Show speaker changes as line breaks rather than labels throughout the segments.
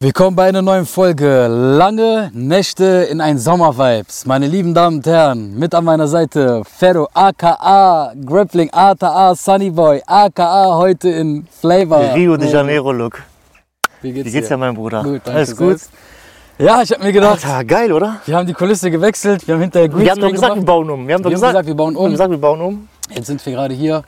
Willkommen bei einer neuen Folge. Lange Nächte in ein Sommervibes. Meine lieben Damen und Herren, mit an meiner Seite Ferro aka Grappling aka Sunnyboy aka heute in Flavor. Oh,
Rio de Janeiro Look.
Wie
Wie geht's dir, mein Bruder?
Gut, danke
Alles gut?
selbst. Ja, ich habe mir gedacht,
Alter, geil, oder?
wir haben die Kulisse gewechselt, wir haben hinterher
Wir haben doch
Greenscreen
gesagt, wir
gemacht.
bauen um. Wir haben doch
wir haben
gesagt,
gesagt, wir bauen
wir haben
um.
gesagt, wir bauen um.
Jetzt sind wir gerade hier.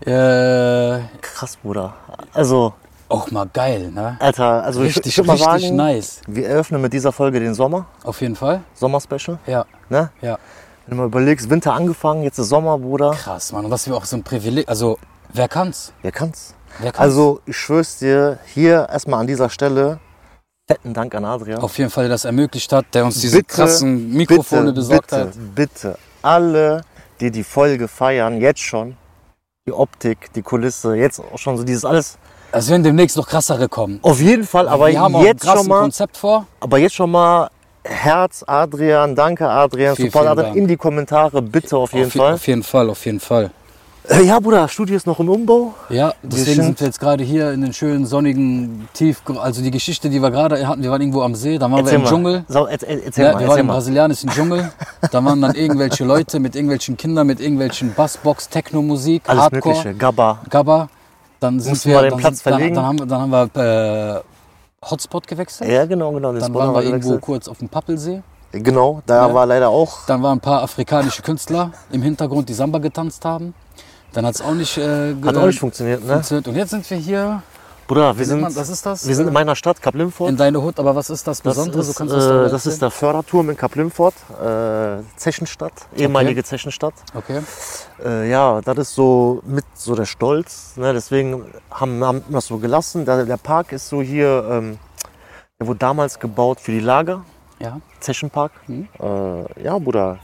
Äh,
Krass, Bruder. Also,
auch mal geil, ne?
Alter, also
Richtig,
ich würde mal
richtig
sagen,
nice.
wir eröffnen mit dieser Folge den Sommer,
Auf jeden Fall.
Sommer-Special.
Ja,
Ne?
ja.
Wenn du mal überlegst, Winter angefangen, jetzt ist Sommer, Bruder.
Krass, Mann. Und was wir auch so ein Privileg. Also, wer kann's?
Wer kann's?
Wer kann's?
Also, ich schwör's dir, hier erstmal an dieser Stelle, fetten Dank an Adrian.
auf jeden Fall, der das ermöglicht hat, der uns diese krassen Mikrofone
bitte,
besorgt
bitte,
hat.
Bitte, alle, die die Folge feiern, jetzt schon, die Optik, die Kulisse, jetzt auch schon so dieses alles.
Es werden demnächst noch krassere kommen.
Auf jeden Fall, aber
wir haben auch
jetzt
ein krasses
schon mal,
Konzept vor.
aber jetzt schon mal Herz Adrian, danke Adrian,
Vielen,
Support
vielen
Adrian
Dank.
in die Kommentare bitte auf jeden
auf, je-
Fall.
auf jeden Fall, auf jeden Fall.
Äh, ja, Bruder, Studio ist noch im Umbau.
Ja, deswegen
sind-
sind wir jetzt gerade hier in den schönen sonnigen Tief. Also die Geschichte, die wir gerade hatten, wir waren irgendwo am See, dann waren wir im
mal.
Dschungel.
So, erzähl, erzähl
Ja,
mal,
wir waren also
erzähl
im
mal.
brasilianischen Dschungel. Da waren dann irgendwelche Leute mit irgendwelchen Kindern, mit irgendwelchen Bassbox, Techno-Musik,
Alles
Hardcore.
Mögliche, Gabba.
Gabba. Dann sind
Mussten
wir,
wir den
dann,
Platz
sind, dann,
verlegen?
dann haben wir, dann haben wir äh, Hotspot gewechselt.
Ja, genau, genau. den
dann waren
Spawner
wir irgendwo
gewechselt.
kurz auf dem Pappelsee.
Genau, da war leider auch.
Dann waren ein paar afrikanische Künstler im Hintergrund, die Samba getanzt haben. Dann hat es auch nicht, äh, ge-
Hat auch nicht funktioniert, ne?
funktioniert. Und jetzt sind wir hier.
Bruder, wir
Nennt
sind,
man- was ist das?
wir sind in meiner Stadt, Kapp-Limford.
In deine Hut, aber was ist das Besondere?
Das
Du
ist,
kannst das doch
äh,
mal
das ist
erzählen.
der Förderturm in Kapp-Limford, äh, Zechenstadt, ehemalige Zechenstadt.
Okay.
Äh, ja, das ist so mit so der Stolz. Ne? Deswegen haben, haben wir das so gelassen. Der, der Park ist so hier, ähm, der wurde damals gebaut für die Lager,
Ja.
Zechenpark. Äh, ja, Bruder.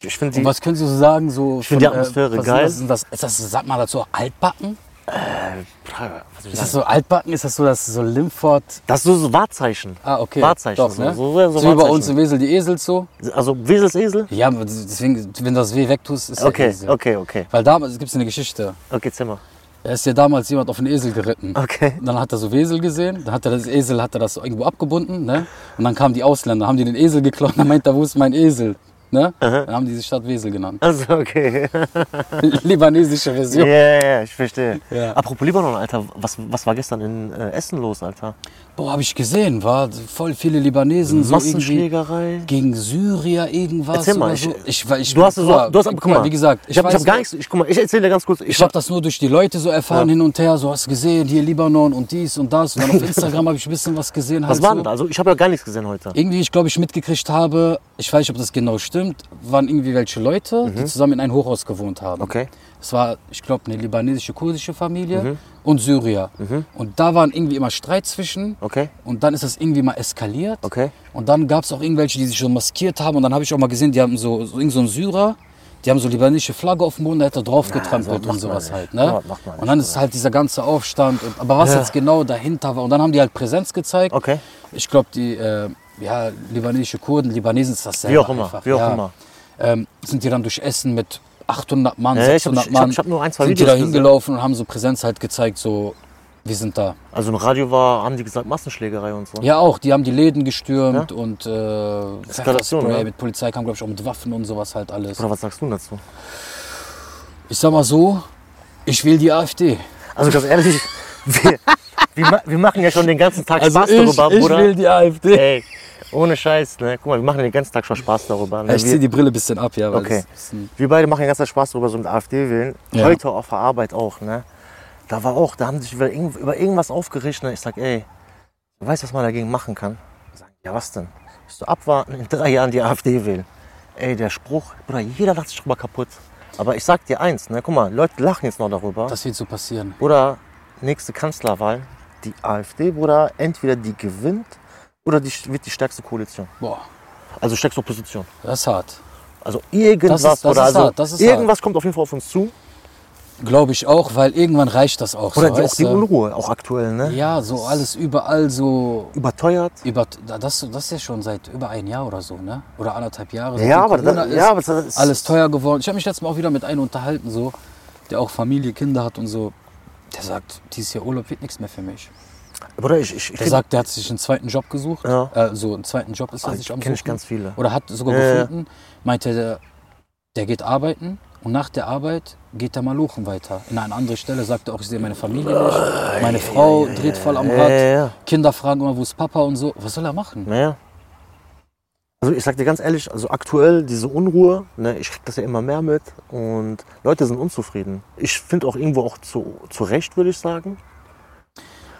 Ich
Mhm.
finde
Und
die.
was können Sie so sagen? So
finde
von, äh,
die Atmosphäre
was
geil.
Sind das, ist das, sag mal dazu, altbacken?
Bruder, was soll ich
Ist das
sagen?
so altbacken? Ist das so, dass so Limford.
Das ist so, so Wahrzeichen.
Ah, okay.
Wahrzeichen,
Doch,
so-
ne?
so- so- so
so wie bei
Wahrzeichen.
uns in Wesel die Esels so.
Also Wesels Esel?
Ja, aber deswegen, wenn du das W wegtust, ist der
Okay,
Esel.
okay, okay.
Weil damals gibt es eine Geschichte.
Okay, Zimmer.
Da ist ja damals jemand auf einen Esel geritten.
Okay.
Und Dann hat er so Wesel gesehen, dann hat er das Esel, hat er das irgendwo abgebunden, ne? Und dann kamen die Ausländer, haben die den Esel geklaut, dann meint er, wo ist mein Esel? Ne? Dann haben die die Stadt Wesel genannt.
Also, okay.
Libanesische
Ja,
Version.
ja, ja, ich verstehe.
Ja.
Apropos Libanon, Alter, was, was war gestern in äh, Essen los, Alter?
Boah, habe ich gesehen, war voll viele Libanesen so irgendwie
Massenschlägerei.
gegen Syrier irgendwas
Erzähl mal,
oder
ich-
so. Ich, war- ich,
Du hast es so,
guck
du hast,
mal,
guck mal,
wie gesagt, ich,
ich habe
weiß
hab gar nichts, ich, guck mal, ich erzähle dir ganz kurz, ich,
Ich habe das nur durch die Leute so erfahren hin und her. So hast du gesehen, hier Libanon und dies und das. Und dann auf Instagram habe ich ein bisschen was gesehen. Halt
was war
so.
denn da? Also ich habe ja gar nichts gesehen heute.
Irgendwie, ich glaube, ich mitgekriegt habe, ich weiß nicht, ob das genau stimmt, waren irgendwie welche Leute, die zusammen in einem Hochhaus gewohnt haben.
Mhm. Okay. Mhm.
Es war, ich glaube, eine libanesische, kurdische Familie und Syrier. Und da waren irgendwie immer Streit zwischen.
Okay.
Und dann ist das irgendwie mal eskaliert.
Okay.
Und dann gab es auch irgendwelche, die sich so maskiert haben. Und dann habe ich auch mal gesehen, die haben so, so irgend so einen Syrer, die haben so libanesische Flagge auf dem Mund, da hat er drauf getrampelt
sowas macht
und sowas
man
halt.
nicht.
Ne?
Sowas macht man
und dann
nicht,
ist halt dieser ganze Aufstand. Und, aber was jetzt genau dahinter war. Und dann haben die halt Präsenz gezeigt.
Okay.
Ich glaube, die äh, ja, libanesische Kurden, Libanesen ist das selber
auch immer,
Einfach.
wie auch
ja.
immer.
Ähm, sind die dann durch Essen mit 800 Mann,
Ja, ich hab-
600
ich hab-
Mann,
ich hab nur ein, zwei
sind die
Videos
da
gesehen.
hingelaufen und haben so Präsenz halt gezeigt, so, wir sind da.
Also im Radio war, haben die gesagt, Massenschlägerei und so.
Ja, auch. Die haben die Läden gestürmt und äh, Pfefferspray
ne?
mit Polizei kam, glaube ich, auch mit Waffen und sowas halt alles.
Oder was sagst du dazu?
Ich sag mal so, ich will die AfD.
Also ganz ehrlich, wir, wir, ma- wir machen ja schon den ganzen Tag
Also
Spaß darüber, Bruder.
die AfD.
Ey, ohne Scheiß, ne? Guck mal, wir machen den ganzen Tag schon Spaß darüber. Ne?
Ich zieh
Wir,
die Brille ein bisschen ab, ja. Weil
Okay.
das ist ein-
wir beide machen den ganzen Tag Spaß darüber, so mit AfD wählen.
Ja.
Heute auf der Arbeit auch, ne? Da war auch, da haben sich über, irgend- über irgendwas aufgeregt. Ne? Ich sag, ey, du weißt, was man dagegen machen kann? Ich sag, ja, was denn? Bist du abwarten, in drei Jahren die AfD wählen. Ey, der Spruch, Bruder, jeder lacht sich drüber kaputt. Aber ich sag dir eins, ne? Guck mal, Leute lachen jetzt noch darüber.
das wird so passieren.
Bruder, nächste Kanzlerwahl, die AfD, Bruder, entweder die gewinnt oder die wird die stärkste Koalition.
Boah,
Also stärkste Opposition.
das ist hart.
Also irgendwas
Das ist- das
oder
ist
also
hart, das ist
irgendwas kommt auf jeden Fall auf uns zu.
Glaube ich auch, weil irgendwann reicht das auch. so,
Oder die, auch
weißt
die
du?
Unruhe, auch aktuell, ne?
Ja, so alles überall so.
Überteuert.
Über, das, das ist ja schon seit über ein Jahr oder so, ne? Oder anderthalb Jahre. seitdem
Ja, aber,
Corona
das,
ist.
ja, aber das ist
alles teuer geworden. Ich habe mich letztes Mal auch wieder mit einem unterhalten, so, der auch Familie, Kinder hat und so. Der sagt, dieses Jahr Urlaub wird nichts mehr für mich.
Bruder, ich, ich, ich
Der sagt, der hat sich einen zweiten Job gesucht.
Ja.
Äh, so einen zweiten Job ist er sich am
kenne ich
Suchen.
ganz viele.
Oder hat sogar
Ja, ja.
gefunden. Meinte, der, der geht arbeiten und nach der Arbeit geht der Maluchen weiter. In eine andere Stelle sagt er auch, ich sehe meine Familie nicht. Meine Frau dreht voll am
Ja,
Rad.
ja,
Kinder fragen immer, wo ist Papa und so. Was soll er machen?
ja. ja. Also ich sag dir ganz ehrlich, also aktuell diese Unruhe, ne, ich krieg das ja immer mehr mit und Leute sind unzufrieden. Ich finde auch irgendwo auch zu, zu Recht, würde ich sagen.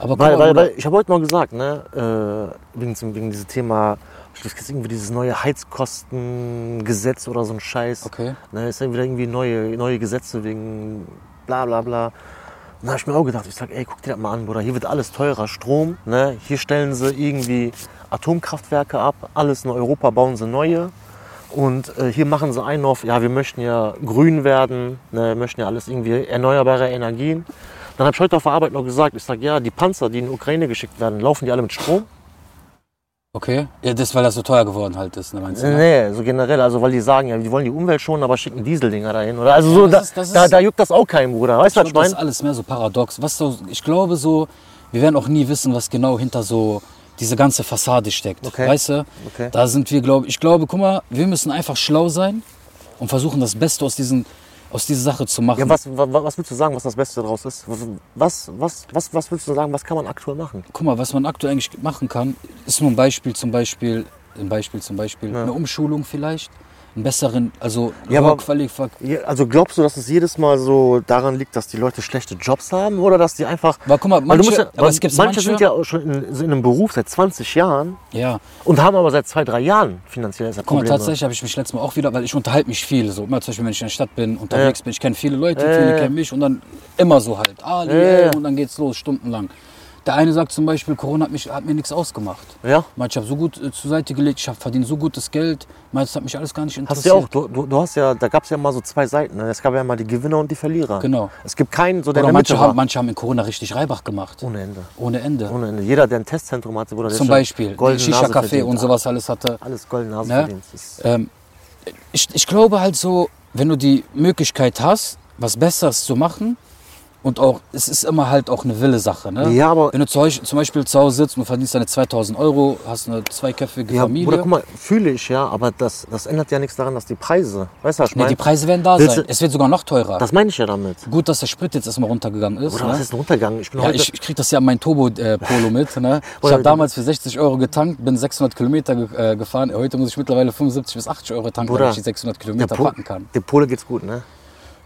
Aber guck
Weil,
mal,
weil,
Bruder,
weil ich habe heute mal gesagt, ne, äh, wegen, zum- wegen diesem Thema, ich glaube, es gibt irgendwie dieses neue Heizkostengesetz oder so ein Scheiß.
Okay.
Ne, es sind wieder irgendwie neue, neue Gesetze wegen bla bla bla. Und da habe ich mir auch gedacht, ich sag, ey, guck dir das mal an, Bruder, hier wird alles teurer, Strom, ne? Hier stellen sie irgendwie Atomkraftwerke ab, alles in Europa bauen sie neue. Und äh, hier machen sie einen auf, ja, wir möchten ja grün werden, ne, möchten ja alles irgendwie erneuerbare Energien. Dann habe ich heute auf der Arbeit noch gesagt, ich sag, ja, die Panzer, die in die Ukraine geschickt werden, laufen die alle mit Strom?
Okay. Ja, das, weil das so teuer geworden halt ist, ne, meinst du? Ne?
Nee, so generell, also weil die sagen, ja, die wollen die Umwelt schonen, aber schicken Dieseldinger dahin, oder? Also so,
das
da,
ist- das
da,
ist-
da juckt das auch keinen, Bruder. Weißt du, was
Ich
ich
glaub, das ist
meine?
alles mehr so paradox. Was so, ich glaube so, wir werden auch nie wissen, was genau hinter so diese ganze Fassade steckt.
Okay.
Weißt du?
Okay.
Da sind wir, glaube ich, glaube, guck mal, wir müssen einfach schlau sein und versuchen, das Beste aus, diesen, aus dieser Sache zu machen.
Ja, was, was, was willst du sagen, was das Beste daraus ist? Was, was, was, was willst du sagen, was kann man aktuell machen?
guck mal, was man aktuell eigentlich machen kann, ist nur ein Beispiel zum Beispiel, ein Beispiel zum Beispiel, eine Umschulung vielleicht, einen besseren, also
Ja,
hoher
aber-
Qualif-
Ja, Also glaubst du, dass es jedes Mal so daran liegt, dass die Leute schlechte Jobs haben oder dass die einfach.
Aber guck mal,
Weil
manche-
du musst ja,
aber es gibt
manche,
manche-
sind ja auch schon in, sind in einem Beruf seit 20 Jahren
Ja,
und haben aber seit zwei, drei Jahren finanziell
guck mal,
Probleme.
tatsächlich habe ich mich letztes Mal auch wieder, weil ich unterhalte mich viel, so immer zum Beispiel, wenn ich in der Stadt bin, unterwegs bin, ich kenne viele Leute, viele kennen mich und dann immer so halt, Ali, ey, und dann geht's los, stundenlang. Der eine sagt zum Beispiel, Corona hat, mich, hat mir nichts ausgemacht.
Ja.
Meint, ich habe so gut äh, zur Seite gelegt, ich habe verdient so gutes Geld, meinst, das hat mich alles gar nicht interessiert.
Hast ja auch, du, du, du hast ja, da gab es ja mal so zwei Seiten. Ne? Es gab ja mal die Gewinner und die Verlierer.
Genau.
Es gibt keinen, so der
Oder
in der Mitte
manche haben,
war.
manche haben in Corona richtig Reibach gemacht.
Ohne Ende.
Ohne Ende.
Ohne Ende. Jeder, der ein Testzentrum hatte, wurde
Zum Beispiel ne,
Goldene Nase
Shisha-Café
verdient.
und sowas alles hatte.
Alles goldene Nase
Ne?
verdient. Das ist-
Ähm, ich, ich glaube halt so, wenn du die Möglichkeit hast, was Besseres zu machen, und auch, es ist immer halt auch eine Wille-Sache. Ne?
Ja, aber-
wenn du zu, Hause- zum Beispiel zu Hause sitzt und verdienst deine 2000 Euro, hast eine zweiköpfige
Ja,
Familie.
Bruder, guck mal, fühle ich ja, aber das, das ändert ja nichts daran, dass die Preise, weißt du, was ich
nee,
meine?
die Preise werden da
Willst
sein.
du-
Es wird sogar noch teurer.
das meine ich ja damit.
Gut, dass der Sprit jetzt erstmal runtergegangen ist.
Bruder,
ne?
was ist denn runtergegangen? Ich bin
Ja,
heute,
ich, ich krieg das ja an mein Turbo-Polo mit. Ne? Ich
Oder
habe
du-
damals für 60 Euro getankt, bin 600 Kilometer ge äh, gefahren. Heute muss ich mittlerweile 75 bis 80 Euro tanken,
Bruder,
damit ich die 600 Kilometer
Po-
packen kann.
dem Pole geht's gut, ne?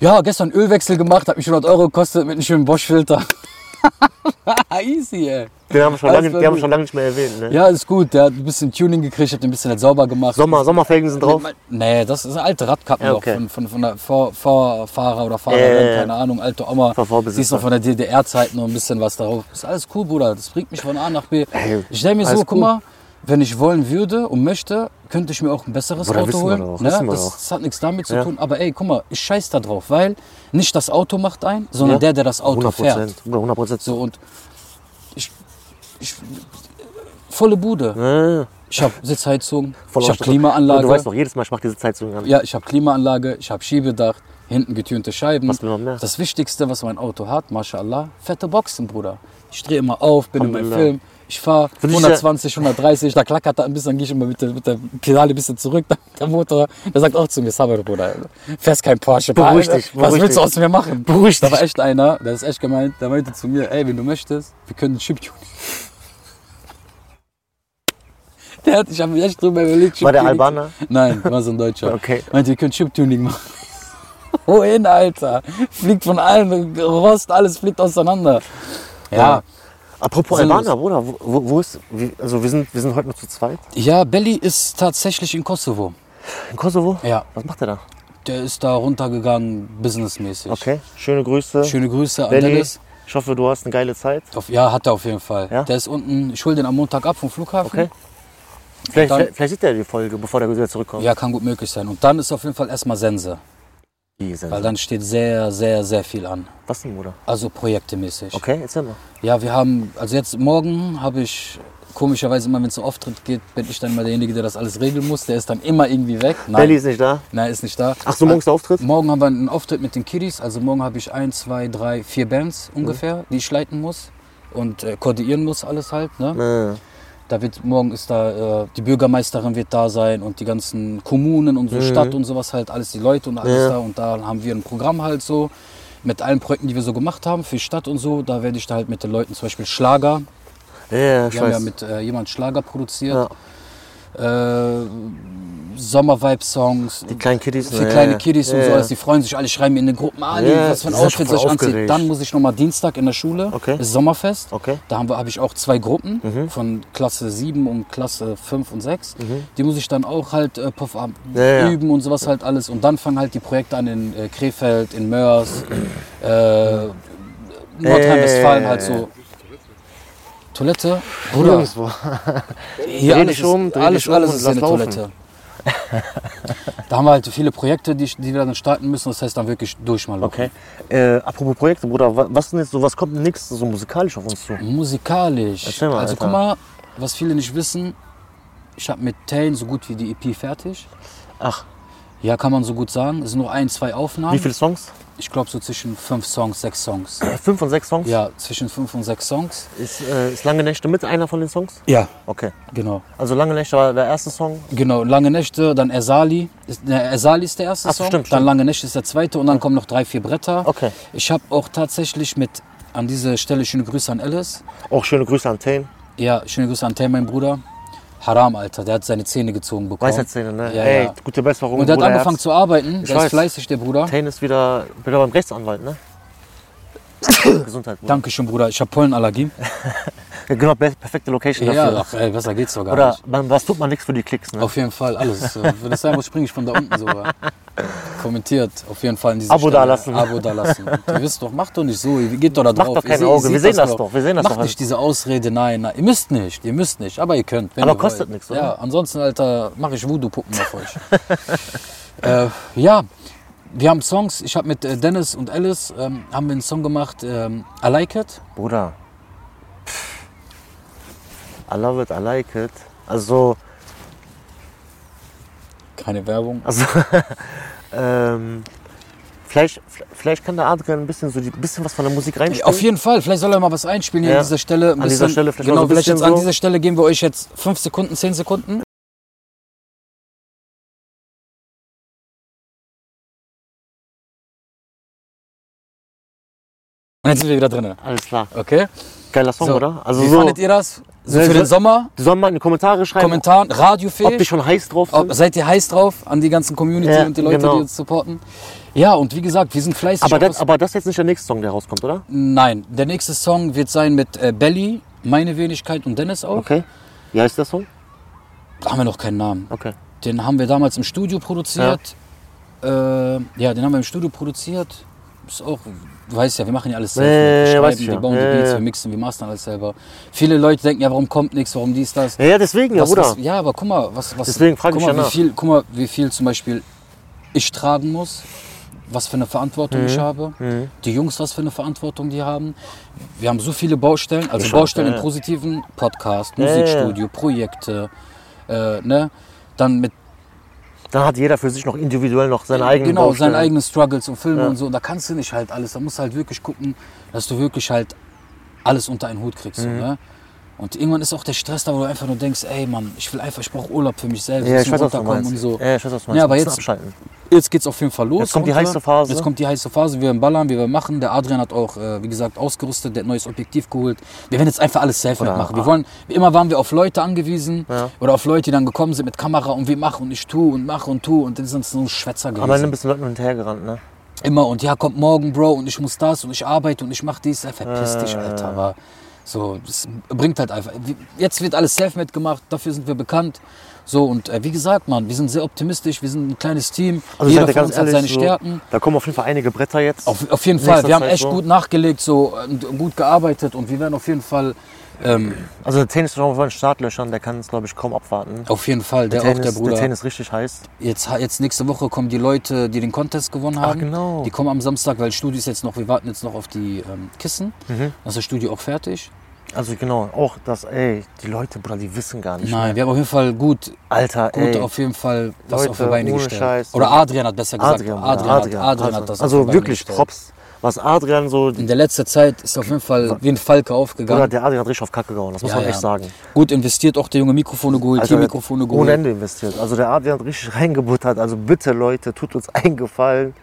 Ja, gestern Ölwechsel gemacht, hat mich 100 Euro gekostet mit einem schönen Bosch-Filter. Easy, ey.
Den haben wir schon,
Alles war
lange, den haben wir
gut.
schon lange nicht mehr erwähnt, ne?
Ja, ist gut. Der hat ein bisschen Tuning gekriegt, ich hab den ein bisschen halt sauber gemacht.
Sommer, Sommerfelgen sind drauf.
Nee, das ist eine alte Radkappe
Ja,
noch
okay.
von, von, von der Vor Vorfahrer oder Fahrerin,
Äh.
keine Ahnung, alte Oma.
Vor- Vorbesitzer.
Die ist noch von der DDR-Zeit noch ein bisschen was darauf. Ist alles cool, Bruder. Das bringt mich von A nach B.
Ey,
ich stelle mir so,
alles
guck
cool.
mal, wenn ich wollen würde und möchte, könnte ich mir auch ein besseres
Bruder,
Auto
wissen wir
holen.
doch,
ne?
wissen wir
das,
doch.
das hat nichts damit zu
Ja.
tun. Aber ey, guck mal, ich scheiß da drauf, weil nicht das Auto macht ein, sondern
Ja.
der, der das Auto
100
fährt.
ne? Prozent. 100 Prozent.
So und ich, ich volle Bude.
Äh,
Ich habe Sitzheizung,
voll
ich habe
Ausstattung.
Klimaanlage.
Du weißt doch, jedes Mal, ich mache diese Zeitung an.
Ja, ich habe Klimaanlage, ich habe Schiebedach, hinten getönte Scheiben.
Was will man mehr?
Das Wichtigste, was mein Auto hat, mashallah, fette Boxen, Bruder. Ich drehe immer auf, bin in meinem
Alhamdulillah.
Film, ich fahre
Finde ich
120, 130, da klackert er ein bisschen, dann gehe ich immer mit der, mit der Pedale ein bisschen zurück. Der, der Motor, der sagt auch zu mir, Sabir, Bruder, fährst kein Porsche.
Beruhig
Alter,
dich,
Was
beruhig
willst du
dich.
aus mir machen?
Beruhig
Da war
dich.
echt einer, der ist echt gemeint, der meinte zu mir, ey, wenn du möchtest, wir können einen Chiptune. Der hat, ich habe mich echt drüber überlegt.
War der
Chiptuning zu-
Albaner?
Nein, war so ein Deutscher.
Okay.
Meinte, ihr könnt Chiptuning machen. Wohin, Alter? Fliegt von allen, Rost, alles fliegt auseinander. Ja,
Apropos
Sinnlos.
Albaner, Bruder, wo, wo wo ist, wie, also wir sind, wir sind heute nur zu zweit.
ja Belly ist tatsächlich in Kosovo.
In Kosovo?
Ja.
Was macht er da?
Der ist da runtergegangen, businessmäßig.
Okay, schöne Grüße.
Schöne Grüße an
Belly,
Dennis.
ich hoffe, du hast eine geile Zeit.
Auf, ja, hat er auf jeden Fall.
Ja?
Der ist unten, ich hole den am Montag ab vom Flughafen.
Okay. Vielleicht,
Dann-
vielleicht sieht er die Folge, bevor der wieder zurückkommt.
Ja, kann gut möglich sein. Und dann ist auf jeden Fall erstmal Sense,
Die sind-
weil dann steht sehr, sehr, sehr viel an.
Was denn, Bruder?
Also projektemäßig.
Okay, erzähl mal.
Ja, wir haben, also jetzt morgen habe ich, komischerweise immer, wenn es so Auftritt geht, bin ich dann mal derjenige, der das alles regeln muss. Der ist dann immer irgendwie weg. Nein,
Belly ist nicht da.
Nein ist nicht da.
Ach so, morgens der Auftritt?
Morgen haben wir Also
Mhm.
einen Auftritt mit den Kiddies. Also morgen habe ich ein, zwei, drei, vier Bands ungefähr, die ich leiten muss. und äh, koordinieren muss alles halt. Ne?
Äh,
Da wird, morgen ist da, äh, die Bürgermeisterin wird da sein und die ganzen Kommunen und so Stadt und sowas halt, alles die Leute und alles
Mhm. Ja.
da. Und da haben wir ein Programm halt so mit allen Projekten, die wir so gemacht haben für Stadt und so. Da werde ich da halt mit den Leuten zum Beispiel Schlager.
Ah. ja, ich
Wir haben ja
weiß.
mit äh, jemand Schlager produziert.
Ja.
Äh, Sommer-Vibe-Songs.
Die kleinen Kiddies.
Für
ne,
kleine
ja,
Kiddies
ja,
und so,
ja.
alles, die freuen sich alle, schreiben mir in den Gruppen, Ali,
Ja,
was für ein
die sind
Outfit
schon
soll ich anziehen.
aufgeregt.
Dann muss ich nochmal Dienstag in der Schule,
Okay.
ist Sommerfest.
Okay. Mhm.
Da habe hab ich auch zwei Gruppen von Klasse 7 und Klasse 5 und 6. Die muss ich dann auch halt äh, puff, ab-
Ja, ja.
üben und sowas halt alles. Und dann fangen halt die Projekte an in äh, Krefeld, in Mörs, äh, Nordrhein-Westfalen
Äh.
halt so. Toilette? Bruder,
Nirgendwo.
hier
Dreh
alles,
dich
ist,
um, dreh
alles,
dich um
alles
und
ist
lass
eine
laufen.
Toilette. da haben wir halt viele Projekte, die, ich- die wir dann starten müssen. Das heißt dann wirklich durch mal. laufen.
Okay. Äh, apropos Projekte, Bruder, wa- was denn jetzt so, was kommt denn nächstes so musikalisch auf uns zu?
Musikalisch.
Erzähl mal,
also
Alter.
guck mal, was viele nicht wissen, ich habe mit Tane so gut wie die EP fertig.
Ach,
Ja, kann man so gut sagen. Es sind nur ein, zwei Aufnahmen.
wie viele Songs?
Ich glaube so zwischen fünf Songs, sechs Songs.
Äh, Fünf und sechs Songs?
Ja, zwischen fünf und sechs Songs.
Ist, äh, ist Lange Nächte mit einer von den Songs?
Ja.
Okay.
Genau.
Also Lange Nächte war der erste Song.
Genau, Lange Nächte, dann Ersali. Ist, ne, Ersali ist der erste
Ach so,
Song,
stimmt,
dann
stimmt.
Lange Nächte ist der zweite und dann kommen noch drei, vier Bretter.
Okay.
Ich habe auch tatsächlich mit, an dieser Stelle schöne Grüße an Alice.
Auch schöne Grüße an Tane.
Ja, schöne Grüße an Tay, mein Bruder. Haram, Alter, der hat seine Zähne gezogen bekommen.
Weisheitszähne, ne?
Ja,
Ey,
ja.
gute Besserung,
Und der hat
Bruder
angefangen
Herz.
zu arbeiten. der ist
weiß.
fleißig, der Bruder.
Tane ist wieder, wieder beim Rechtsanwalt, ne? Gesundheit, Bruder.
Dankeschön, Bruder. Ich habe Pollenallergie.
Ja, genau, per- perfekte Location
ja,
dafür.
ach, ey, besser geht's sogar
Oder
nicht.
man, was tut man nichts für die Klicks, ne?
Auf jeden Fall, alles. Äh, Wenn das sein muss, springe ich von da unten sogar. Kommentiert, auf jeden Fall. An dieser
Abo
Stelle.
dalassen.
Abo da lassen. Ihr wisst doch, macht doch nicht so. Ihr geht doch da
Macht
drauf.
doch
Ihr
kein
seht- ihr
Auge.
seht
Wir sehen das doch. Wir sehen das
Macht
doch.
nicht diese Ausrede, nein, nein. Ihr müsst nicht, ihr müsst nicht. Aber ihr könnt. Wenn
Aber
ihr
kostet
wollt.
nichts, oder?
Ja, ansonsten, Alter, mache ich Voodoo-Puppen auf euch. äh, ja, wir haben Songs. Ich habe mit äh, Dennis und Alice ähm, haben wir einen Song gemacht, ähm, I Like It.
Bruder. Pff. I love it, I like it. Also,
Keine Werbung.
also ähm, vielleicht, vielleicht kann der Adrian ein bisschen, so die, ein bisschen was von der Musik reinspielen.
Auf jeden Fall, vielleicht soll er mal was einspielen hier
Ja.
an dieser Stelle. Ein
An dieser Stelle vielleicht mal
genau,
so ein
vielleicht
bisschen
jetzt an
so.
dieser Stelle geben wir euch jetzt 5 Sekunden, 10 Sekunden. Und jetzt sind wir wieder drin.
Alles klar.
Okay?
Geiler Song, oder? Also
Wie
so,
fandet ihr das? So
Ja,
für
so-
den Sommer?
die sollen mal in die Kommentare schreiben,
Kommentaren,
ob die
radiofähig?
schon heiß drauf sind.
Ob, seid ihr heiß drauf an die ganzen Community
Ja,
und die Leute,
genau.
die uns supporten? Ja, und wie gesagt, wir sind fleißig.
aber,
auch
das,
was-
aber das ist jetzt nicht der nächste Song, der rauskommt, oder?
Nein, der nächste Song wird sein mit äh, Belly, meine Wenigkeit und Dennis auch.
Okay. Wie heißt der Song?
Da haben wir noch keinen Namen.
Okay.
Den haben wir damals im Studio produziert. Ja, äh, ja den haben wir im Studio produziert. Ist auch, du weißt ja, wir machen ja alles selbst.
Ja,
ne?
ja,
wir
ja, weiß
schreiben,
ich
wir
ja.
bauen
Ja,
die
ja,
Beats,
ja.
wir mixen, wir mastern alles selber. Viele Leute denken ja, warum kommt nichts, warum dies, das.
Ja, ja, deswegen, ja,
das
Bruder.
ist, ja, aber guck mal, was, was
Deswegen frag
guck
ich
mal,
ja nach.
wie viel, guck mal, wie viel zum Beispiel ich tragen muss, was für eine Verantwortung ich
Mhm.
habe, die Jungs, was für eine Verantwortung die haben. Wir haben so viele Baustellen, also
Schon,
Baustellen
ja.
im positiven Podcast,
ja, ja.
Musikstudio, Projekte, äh, ne? Dann mit
Dann hat jeder für sich noch individuell noch seine eigenen
genau,
Baustellen.
seine eigenen Struggles und Filme und so. Da kannst du nicht halt alles. Da musst du halt wirklich gucken, dass du wirklich halt alles unter einen Hut kriegst. so,
Mhm.
Ne? Und irgendwann ist auch der Stress da, wo du einfach nur denkst, ey Mann, ich will einfach, ich brauche Urlaub für mich selbst,
Ja, ich
bisschen
weiß, was du
runterkommen
meinst.
und so.
Ja, ich weiß, was du meinst.
Ja, aber
Ein bisschen
jetzt-
abschalten.
Jetzt geht's auf jeden Fall los.
Jetzt kommt die
Und, äh,
heiße Phase.
Jetzt kommt die heiße Phase. Wir werden ballern, wir werden machen. Der Adrian hat auch, äh, wie gesagt, ausgerüstet, der hat neues Objektiv geholt. Wir werden jetzt einfach alles selber
Oder-
machen. Wir wollen, wie immer waren wir auf Leute angewiesen
Ja.
oder auf Leute, die dann gekommen sind mit Kamera und wir machen und ich tu und mach und tu und dann sind so ein Schwätzer gewesen.
Aber dann bist du Leuten hinterhergerannt, ne?
Immer und ja, kommt morgen, Bro, und ich muss das und ich arbeite und ich mach dies. Ja, verpiss dich,
Ah.
Alter. Aber so, das bringt halt einfach. Wie- Jetzt wird alles self-made gemacht, dafür sind wir bekannt. So, und äh, wie gesagt, Mann, wir sind sehr optimistisch, wir sind ein kleines Team.
ich
Jeder
sag dir
von uns hat seine Stärken.
halt So, da kommen Hm. auf jeden Fall einige Bretter jetzt.
Auf, auf jeden
Nächster
Fall, wir haben
Zeit
echt
so.
gut nachgelegt so, und gut gearbeitet und wir werden auf jeden Fall, ähm,
also der Tennis ist schon von den Startlöchern, der kann es, glaube ich, kaum abwarten.
auf jeden Fall, der, auch
Tennis,
der
der
Bruder.
Tennis ist richtig heiß.
Jetzt, ha- jetzt nächste Woche kommen die Leute, die den Contest gewonnen haben.
genau.
Die kommen am Samstag, weil Studio ist jetzt noch, wir warten jetzt noch auf die ähm, Kissen.
Mhm.
Dann ist das Studio auch fertig.
Also genau, auch das, ey, die Leute, Bruder, die wissen gar nicht.
Nein, wir haben auf jeden Fall gut,
Alter,
gut
ey.
auf jeden Fall was
Leute,
auf die Beine
ohne
gestellt.
Scheiß.
Oder Adrian hat besser gesagt.
Adrian, Bruder,
Adrian, hat, Adrian hat das auf die
Also
Beine
wirklich
gestellt.
Props. was Adrian so,
In der letzten Zeit ist auf jeden Fall wie ein Falke aufgegangen.
oder der Adrian hat richtig auf Kacke gehauen, das muss
Ja,
man echt
ja.
sagen.
Gut investiert, auch der Junge Mikrofone geholt,
Also,
hier Mikrofone geholt.
ohne Ende investiert. Also der Adrian hat richtig reingebuttert. Also bitte Leute, tut uns einen Gefallen.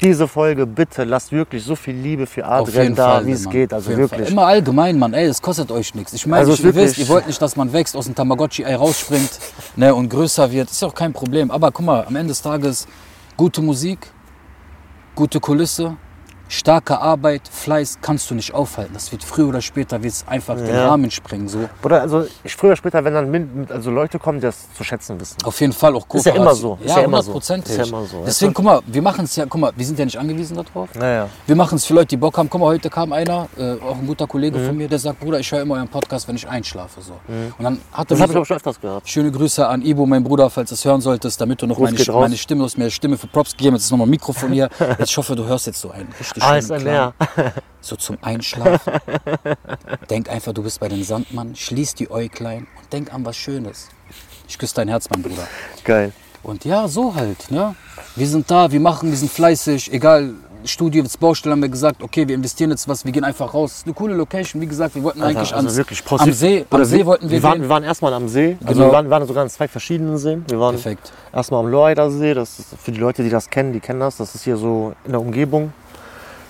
Diese Folge, bitte lasst wirklich so viel Liebe für
Auf
Adrian
jeden
da,
Fall,
wie es
Mann.
geht.
Auf
Also
jeden Fall.
wirklich.
Immer allgemein, Mann. Ey, es kostet euch nichts. Ich meine,
Also
ich-
es
ihr
wirklich-
wisst, ihr wollt nicht, dass man wächst, aus dem Tamagotchi-Ei rausspringt ne, und größer wird. Ist ja auch kein Problem. Aber guck mal, am Ende des Tages gute Musik, gute Kulisse, starke Arbeit, Fleiß kannst du nicht aufhalten. Das wird früher oder später wird's einfach den
Ja.
Rahmen sprengen. So.
Oder also ich früher oder später, wenn dann mit, mit- also Leute kommen, die das zu schätzen wissen.
Auf jeden Fall auch
Ist ja
Kooperation.
immer so, ist
Ja,
ja immer so.
hundertprozentig.
Ist ja immer so, weißt
Deswegen, guck mal, wir machen es ja, guck mal, wir sind ja nicht angewiesen darauf.
Naja.
Wir machen es für Leute, die Bock haben. Guck mal, heute kam einer, äh, auch ein guter
Mhm.
Kollege von mir, der sagt, Bruder, ich höre immer euren Podcast, wenn ich einschlafe. So. Und dann hat er
Das habe ich
so,
auch schon öfters gehört.
schöne Grüße an Ibo, mein Bruder, falls du es hören solltest, damit du noch
Gruß
meine,
geht
Sch-
raus.
meine Stimme, du hast mir Stimme für Props gegeben, jetzt ist nochmal ein Mikrofon hier. Jetzt, ich hoffe, du hörst jetzt so einen
Ah,
richtig schönen Klang.
ASMR.
So zum Einschlafen. denk einfach, du bist bei dem Sandmann, schließ die Äuglein und denk an was Schönes. Ich küsse dein Herz, mein Bruder.
Geil.
Und ja, so halt. Ne? Wir sind da, wir machen, wir sind fleißig. Egal, Studio, jetzt Baustelle haben wir gesagt, okay, wir investieren jetzt was, wir gehen einfach raus. Ist eine coole Location, wie gesagt, wir wollten
Alter,
eigentlich
also
ans,
wirklich
am See, am
Oder
See wollten wir,
wir waren,
gehen.
wir waren erstmal am See. Also
Genau.
wir, waren, wir waren sogar an zwei verschiedenen Seen. Wir waren
Perfekt.
erstmal am Loraider See. Das ist für die Leute, die das kennen, die kennen das. Das ist hier so in der Umgebung.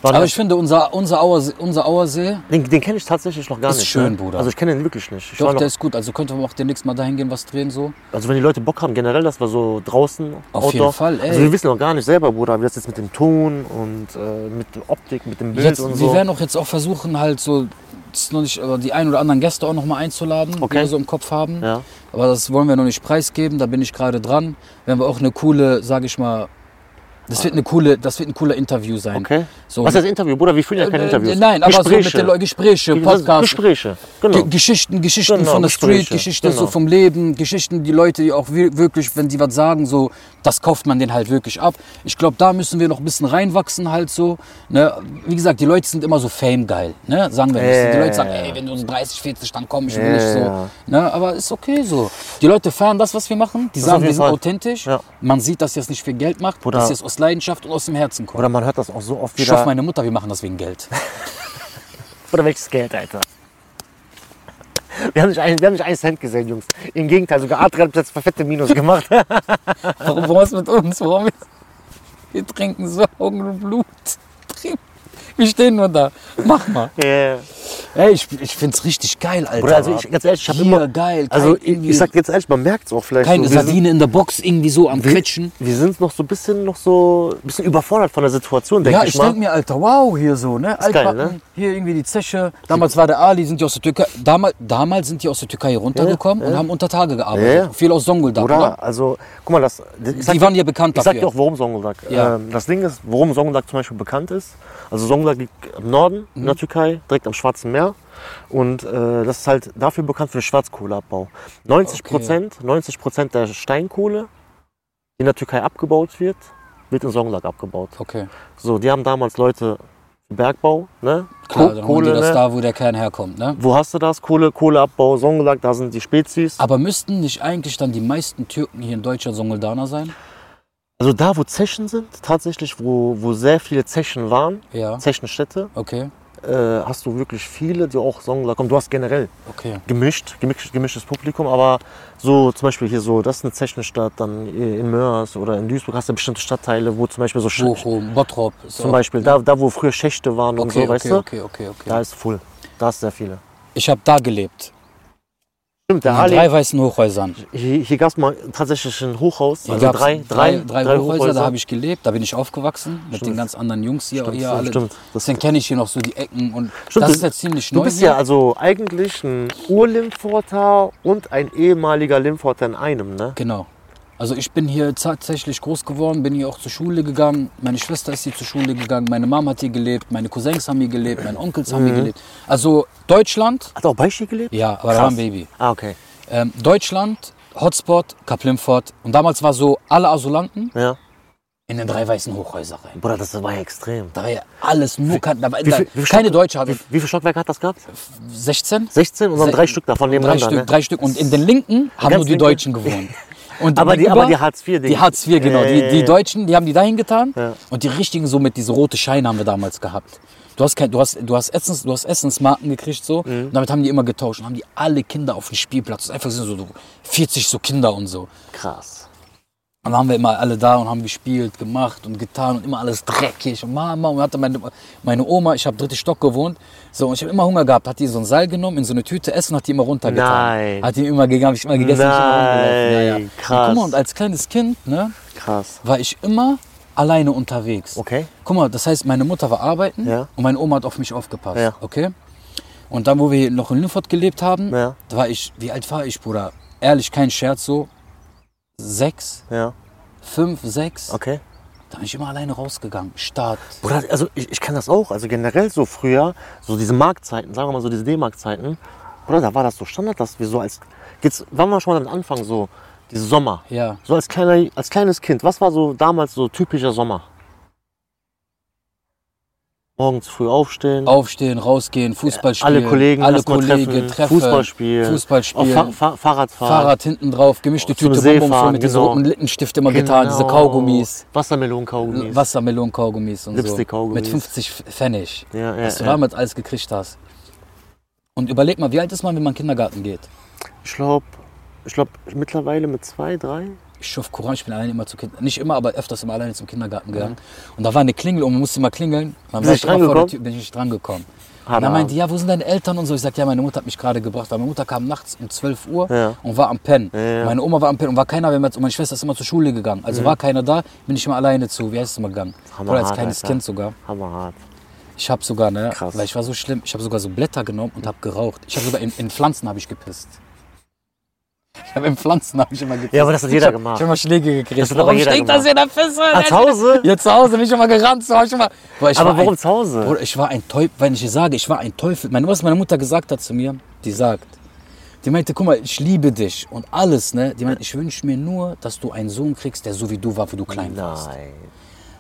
Waren
Aber ich finde, unser, unser, Auersee, unser Auersee,
Den, den kenne ich tatsächlich noch gar
Ist
nicht.
schön,
ne?
Bruder.
Also ich kenne den wirklich nicht. Ich war
doch,
noch,
der ist gut. Also könnte man auch demnächst mal dahin gehen, was drehen so.
also wenn die Leute Bock haben, generell, dass wir so draußen,
Auf
Outdoor.
jeden Fall, ey.
Also wir wissen noch gar nicht selber, Bruder, wie das jetzt mit dem Ton und äh, mit der Optik, mit dem Bild
Jetzt,
und
Wir
so.
werden auch jetzt auch versuchen, halt so das ist noch nicht, aber die ein oder anderen Gäste auch noch mal einzuladen, die
Okay.
wir so im Kopf haben.
Ja.
Aber das wollen wir noch nicht preisgeben, da bin ich gerade dran. Werden wir auch eine coole, sage ich mal, das wird, eine coole, das wird ein cooler Interview sein.
Okay.
So.
Was ist das Interview, Bruder? Wir führen ja keine
Äh,
Interviews.
Nein, aber so mit den Leuten Gespräche, Podcast,
Gespräche.
Ge-
Genau.
Geschichten, Geschichten
Genau,
von der
Gespräche.
Street, Geschichten so
Genau.
vom Leben, Geschichten, die Leute, die auch wir- wirklich, wenn die was sagen, so, das kauft man den halt wirklich ab. Ich glaube, da müssen wir noch ein bisschen reinwachsen halt so. Ne? Wie gesagt, die Leute sind immer so Fame-geil, ne? sagen wir nicht. Die
Ja.
Leute sagen, ey, wenn du so 30, 40, dann komm ich will
Ja,
nicht so.
ja.
Ne? Aber ist okay so. Die Leute feiern das, was wir machen. Die
Das auf
sagen,
jeden
wir sind
Fall.
authentisch.
Ja.
Man sieht, dass ihr es nicht für Geld macht,
Oder-
dass ihr es aus Leidenschaft und aus dem Herzen kommt.
Oder man hört das auch so oft
Ich hoffe,
wieder.
meine Mutter, wir machen das wegen Geld.
Oder welches Geld, Alter? Wir haben, nicht einen, wir haben nicht einen Cent gesehen, Jungs. Im Gegenteil, sogar Adrian hat jetzt verfette Minus gemacht.
Warum brauchst du mit uns? Warum ist wir trinken Sorgen und Blut. Trink- Wir stehen nur da. Mach mal.
Yeah.
Ey, ich, ich find's richtig geil, Alter.
Bruder, also ich, ganz ehrlich, ich habe
Hier,
immer.
geil.
Also
kein,
ich,
irgendwie-
ich sag jetzt ehrlich, man merkt es auch vielleicht.
keine
so, wir sind-
Sardine in der Box irgendwie so am Quetschen.
Wir sind noch so ein bisschen noch so ein bisschen überfordert von der Situation, denke
Ja,
ich
ich
mal.
denk mir, Alter, wow, hier so, ne? Altbacken,
geil, ne?
hier irgendwie die Zeche. Damals war der Ali, sind die aus der Türkei, damals, damals sind die aus der Türkei runtergekommen und haben unter Tage gearbeitet.
Ja, ja.
Viel aus Songoldat,
Oder?
oder?
Also, guck mal, das. Ich
Die waren ja bekannt
Ich sag
dafür.
dir auch, warum Songoldak.
Ja.
Ähm, das Ding ist, warum Songoldak zum Beispiel bekannt ist. Also, Songoldak liegt im Norden, in
Mhm.
der Türkei, direkt am Schwarzen Meer. Und äh, das ist halt dafür bekannt für den Schwarzkohleabbau. 90
Okay.
Prozent, 90 Prozent der Steinkohle, die in der Türkei abgebaut wird, wird in Songoldak abgebaut.
Okay,
So, die haben damals Leute für Bergbau, ne?
klar,
Ko-
dann holen die das
ne?
da, wo der Kern herkommt, ne?
Wo hast du das? Kohle, Kohleabbau, Songoldak, da sind die Spezies.
Aber müssten nicht eigentlich dann die meisten Türken hier in Deutschland Songoldaner sein?
Also da, wo Zechen sind, tatsächlich, wo, wo sehr viele Zechen waren,
Ja.
Zechenstädte,
Okay,
äh, hast du wirklich viele, die auch Songoldak kommen. Du hast generell
okay.
gemischt, gemischt, gemischtes Publikum, aber so zum Beispiel hier so, das ist eine Zechenstadt, dann äh, in Mörs oder in Duisburg hast du bestimmte Stadtteile, wo zum Beispiel so Sch
Bochum, Bottrop. Ist
zum
auch-
Beispiel, da, da wo früher Schächte waren und
Okay,
so, weißt
okay,
du,
okay, okay,
da
okay.
ist voll. Da ist sehr viele.
Ich habe da gelebt.
Stimmt, der
In
Ali,
drei weißen Hochhäusern.
Hier, hier gab es mal tatsächlich ein Hochhaus.
Hier
also
gab's
drei, drei,
drei, drei Hochhäuser, da habe ich gelebt, da bin ich aufgewachsen mit den ganz anderen Jungs hier.
Stimmt,
hier
stimmt,
alle.
stimmt. Das-
Deswegen kenne ich hier noch so die Ecken und
Stimmt,
das
du-
ist ja ziemlich neu.
Du bist
hier.
ja also eigentlich ein Ur-Limforter und ein ehemaliger Limforter in einem, ne?
Genau. Also ich bin hier tatsächlich groß geworden, bin hier auch zur Schule gegangen. Meine Schwester ist hier zur Schule gegangen, meine Mama hat hier gelebt, meine Cousins haben hier gelebt, meine Onkels haben hier
Mhm.
gelebt. Also Deutschland,
Hat er auch bei dir gelebt?
ja, aber da
Krass.
war ein Baby.
Ah, okay.
Ähm, Deutschland, Hotspot, Kaplimfort. Und damals war so, alle Asylanten
Ja.
in den drei weißen Hochhäuser rein.
Bruder, das war ja extrem.
Da war ja alles nur Kanten. Da war, da,
viel- wie viel
keine
Stock-
Deutsche hatte
Wie, wie viele Stockwerke hat das gehabt?
16?
16 und dann
Se-
drei Stück davon
Drei
nebeneinander,
Stück,
ne?
drei Stück. Und in den linken haben
Ganz
nur die
linke.
Deutschen gewohnt. Und
aber, die,
gegenüber-
aber die Hartz-IV-Dinger.
Die Hartz IV, genau.
Ja, ja,
Die, die
ja.
Deutschen, die haben die dahin getan.
Ja.
Und die richtigen so mit diese rote Scheine haben wir damals gehabt. Du hast, kein, du hast, du hast, Essens, du hast Essensmarken gekriegt so.
Mhm.
Und damit haben die immer getauscht. Und haben die alle Kinder auf den Spielplatz. Das ist einfach so so 40 so Kinder und so.
Krass.
Und dann waren wir immer alle da und haben gespielt, gemacht und getan und immer alles dreckig. Und Mama, und hatte meine, meine Oma, ich habe dritte Stock gewohnt. So, und ich habe immer Hunger gehabt. Hat die so ein Seil genommen, in so eine Tüte Essen, hat die immer runtergetan.
Nein.
Hat die immer gegangen, hab ich immer gegessen. hab ich immer rumgelaufen.
Nein,
Und
krass.
Guck mal, und als kleines Kind, ne?
Krass.
war ich immer alleine unterwegs.
Okay.
Guck mal, das heißt, meine Mutter war arbeiten
Ja.
und meine Oma hat auf mich aufgepasst.
Ja.
Okay? Und dann, wo wir noch in Lünnfort gelebt haben,
Ja.
da war ich, wie alt war ich, Bruder? Ehrlich, kein Scherz, so sechs,
Ja,
fünf, sechs.
okay.
Da bin ich immer alleine rausgegangen. Start.
Bruder, also ich, ich kann das auch. Also generell so früher, so diese Marktzeiten, sagen wir mal so diese D-Mark-Zeiten, Bruder, da war das so Standard, dass wir so als. Jetzt waren wir schon mal am Anfang so, diese Sommer.
Ja.
So als, kleiner, als kleines Kind, was war so damals so typischer Sommer? Morgens früh aufstehen,
Aufstehen, rausgehen, Fußball spielen.
alle Kollegen,
alle
erst mal
Kollegen
treffen,
treffen,
Fußballspiel,
Fußball
auf
spielen.
Fa Fa Fahrradfahren,
Fahrrad hinten drauf, gemischte
Zum
Tüte
See
Bonbon voll
fahren,
mit diesen
genau.
roten Lippenstift immer getan, diese Kaugummis.
Wassermelonen-Kaugummis.
Wassermelonen, Kaugummis und so.
Lipstick-Kaugummis.
Mit 50 Pfennig.
Ja, ja,
was du
ja.
damals alles gekriegt hast. Und überleg mal, wie alt ist man, wenn man in den Kindergarten geht?
Ich glaube, ich glaub, mittlerweile mit zwei, drei.
Ich schuf Koran, ich bin alleine immer zu Kind, nicht immer, aber öfters immer alleine zum Kindergarten gegangen. Und da war eine Klingel und man musste immer klingeln. Dann
Mhm. Bist du nicht
ich immer vor der
drangekommen?
Tür, bin ich nicht drangekommen.
Hammer.
Und dann meinte die, ja, wo sind deine Eltern und so? Ich sagte, ja, meine Mutter hat mich gerade gebracht, weil meine Mutter kam nachts um 12 Uhr
Ja.
und war am Pennen.
ja. Mhm.
Meine Oma war am Pennen und war keiner, wenn wir jetzt, und meine Schwester ist immer zur Schule gegangen. Also war keiner da, bin ich immer alleine zu, wie heißt es immer gegangen?
Hammerhart,
Oder als kleines
Alter.
Kind sogar.
Hammerhart.
Ich habe sogar, ne,
Krass.
weil ich war so schlimm, ich habe sogar so Blätter genommen und habe geraucht. Ich habe sogar in, in Pflanzen habe ich gepisst. Ich habe in Pflanzen habe ich immer gepisst.
Ja, aber das hat
ich
jeder
hab,
gemacht.
Ich habe immer Schläge gekriegt.
Das hat aber jeder
stinkt das hier der Pisser?
Ah, zu Hause?
Ja, zu Hause bin ich immer gerannt, so hab ich immer. Boah, ich
Aber
war
warum
ein,
zu Hause?
Bruder, ich war ein Teufel, wenn ich dir sage, ich war ein Teufel. Meine, was meine Mutter gesagt hat zu mir, die sagt, die meinte, guck mal, ich liebe dich und alles, ne? Die meinte, ich wünsche mir nur, dass du einen Sohn kriegst, der so wie du war, wo du klein warst
Nein.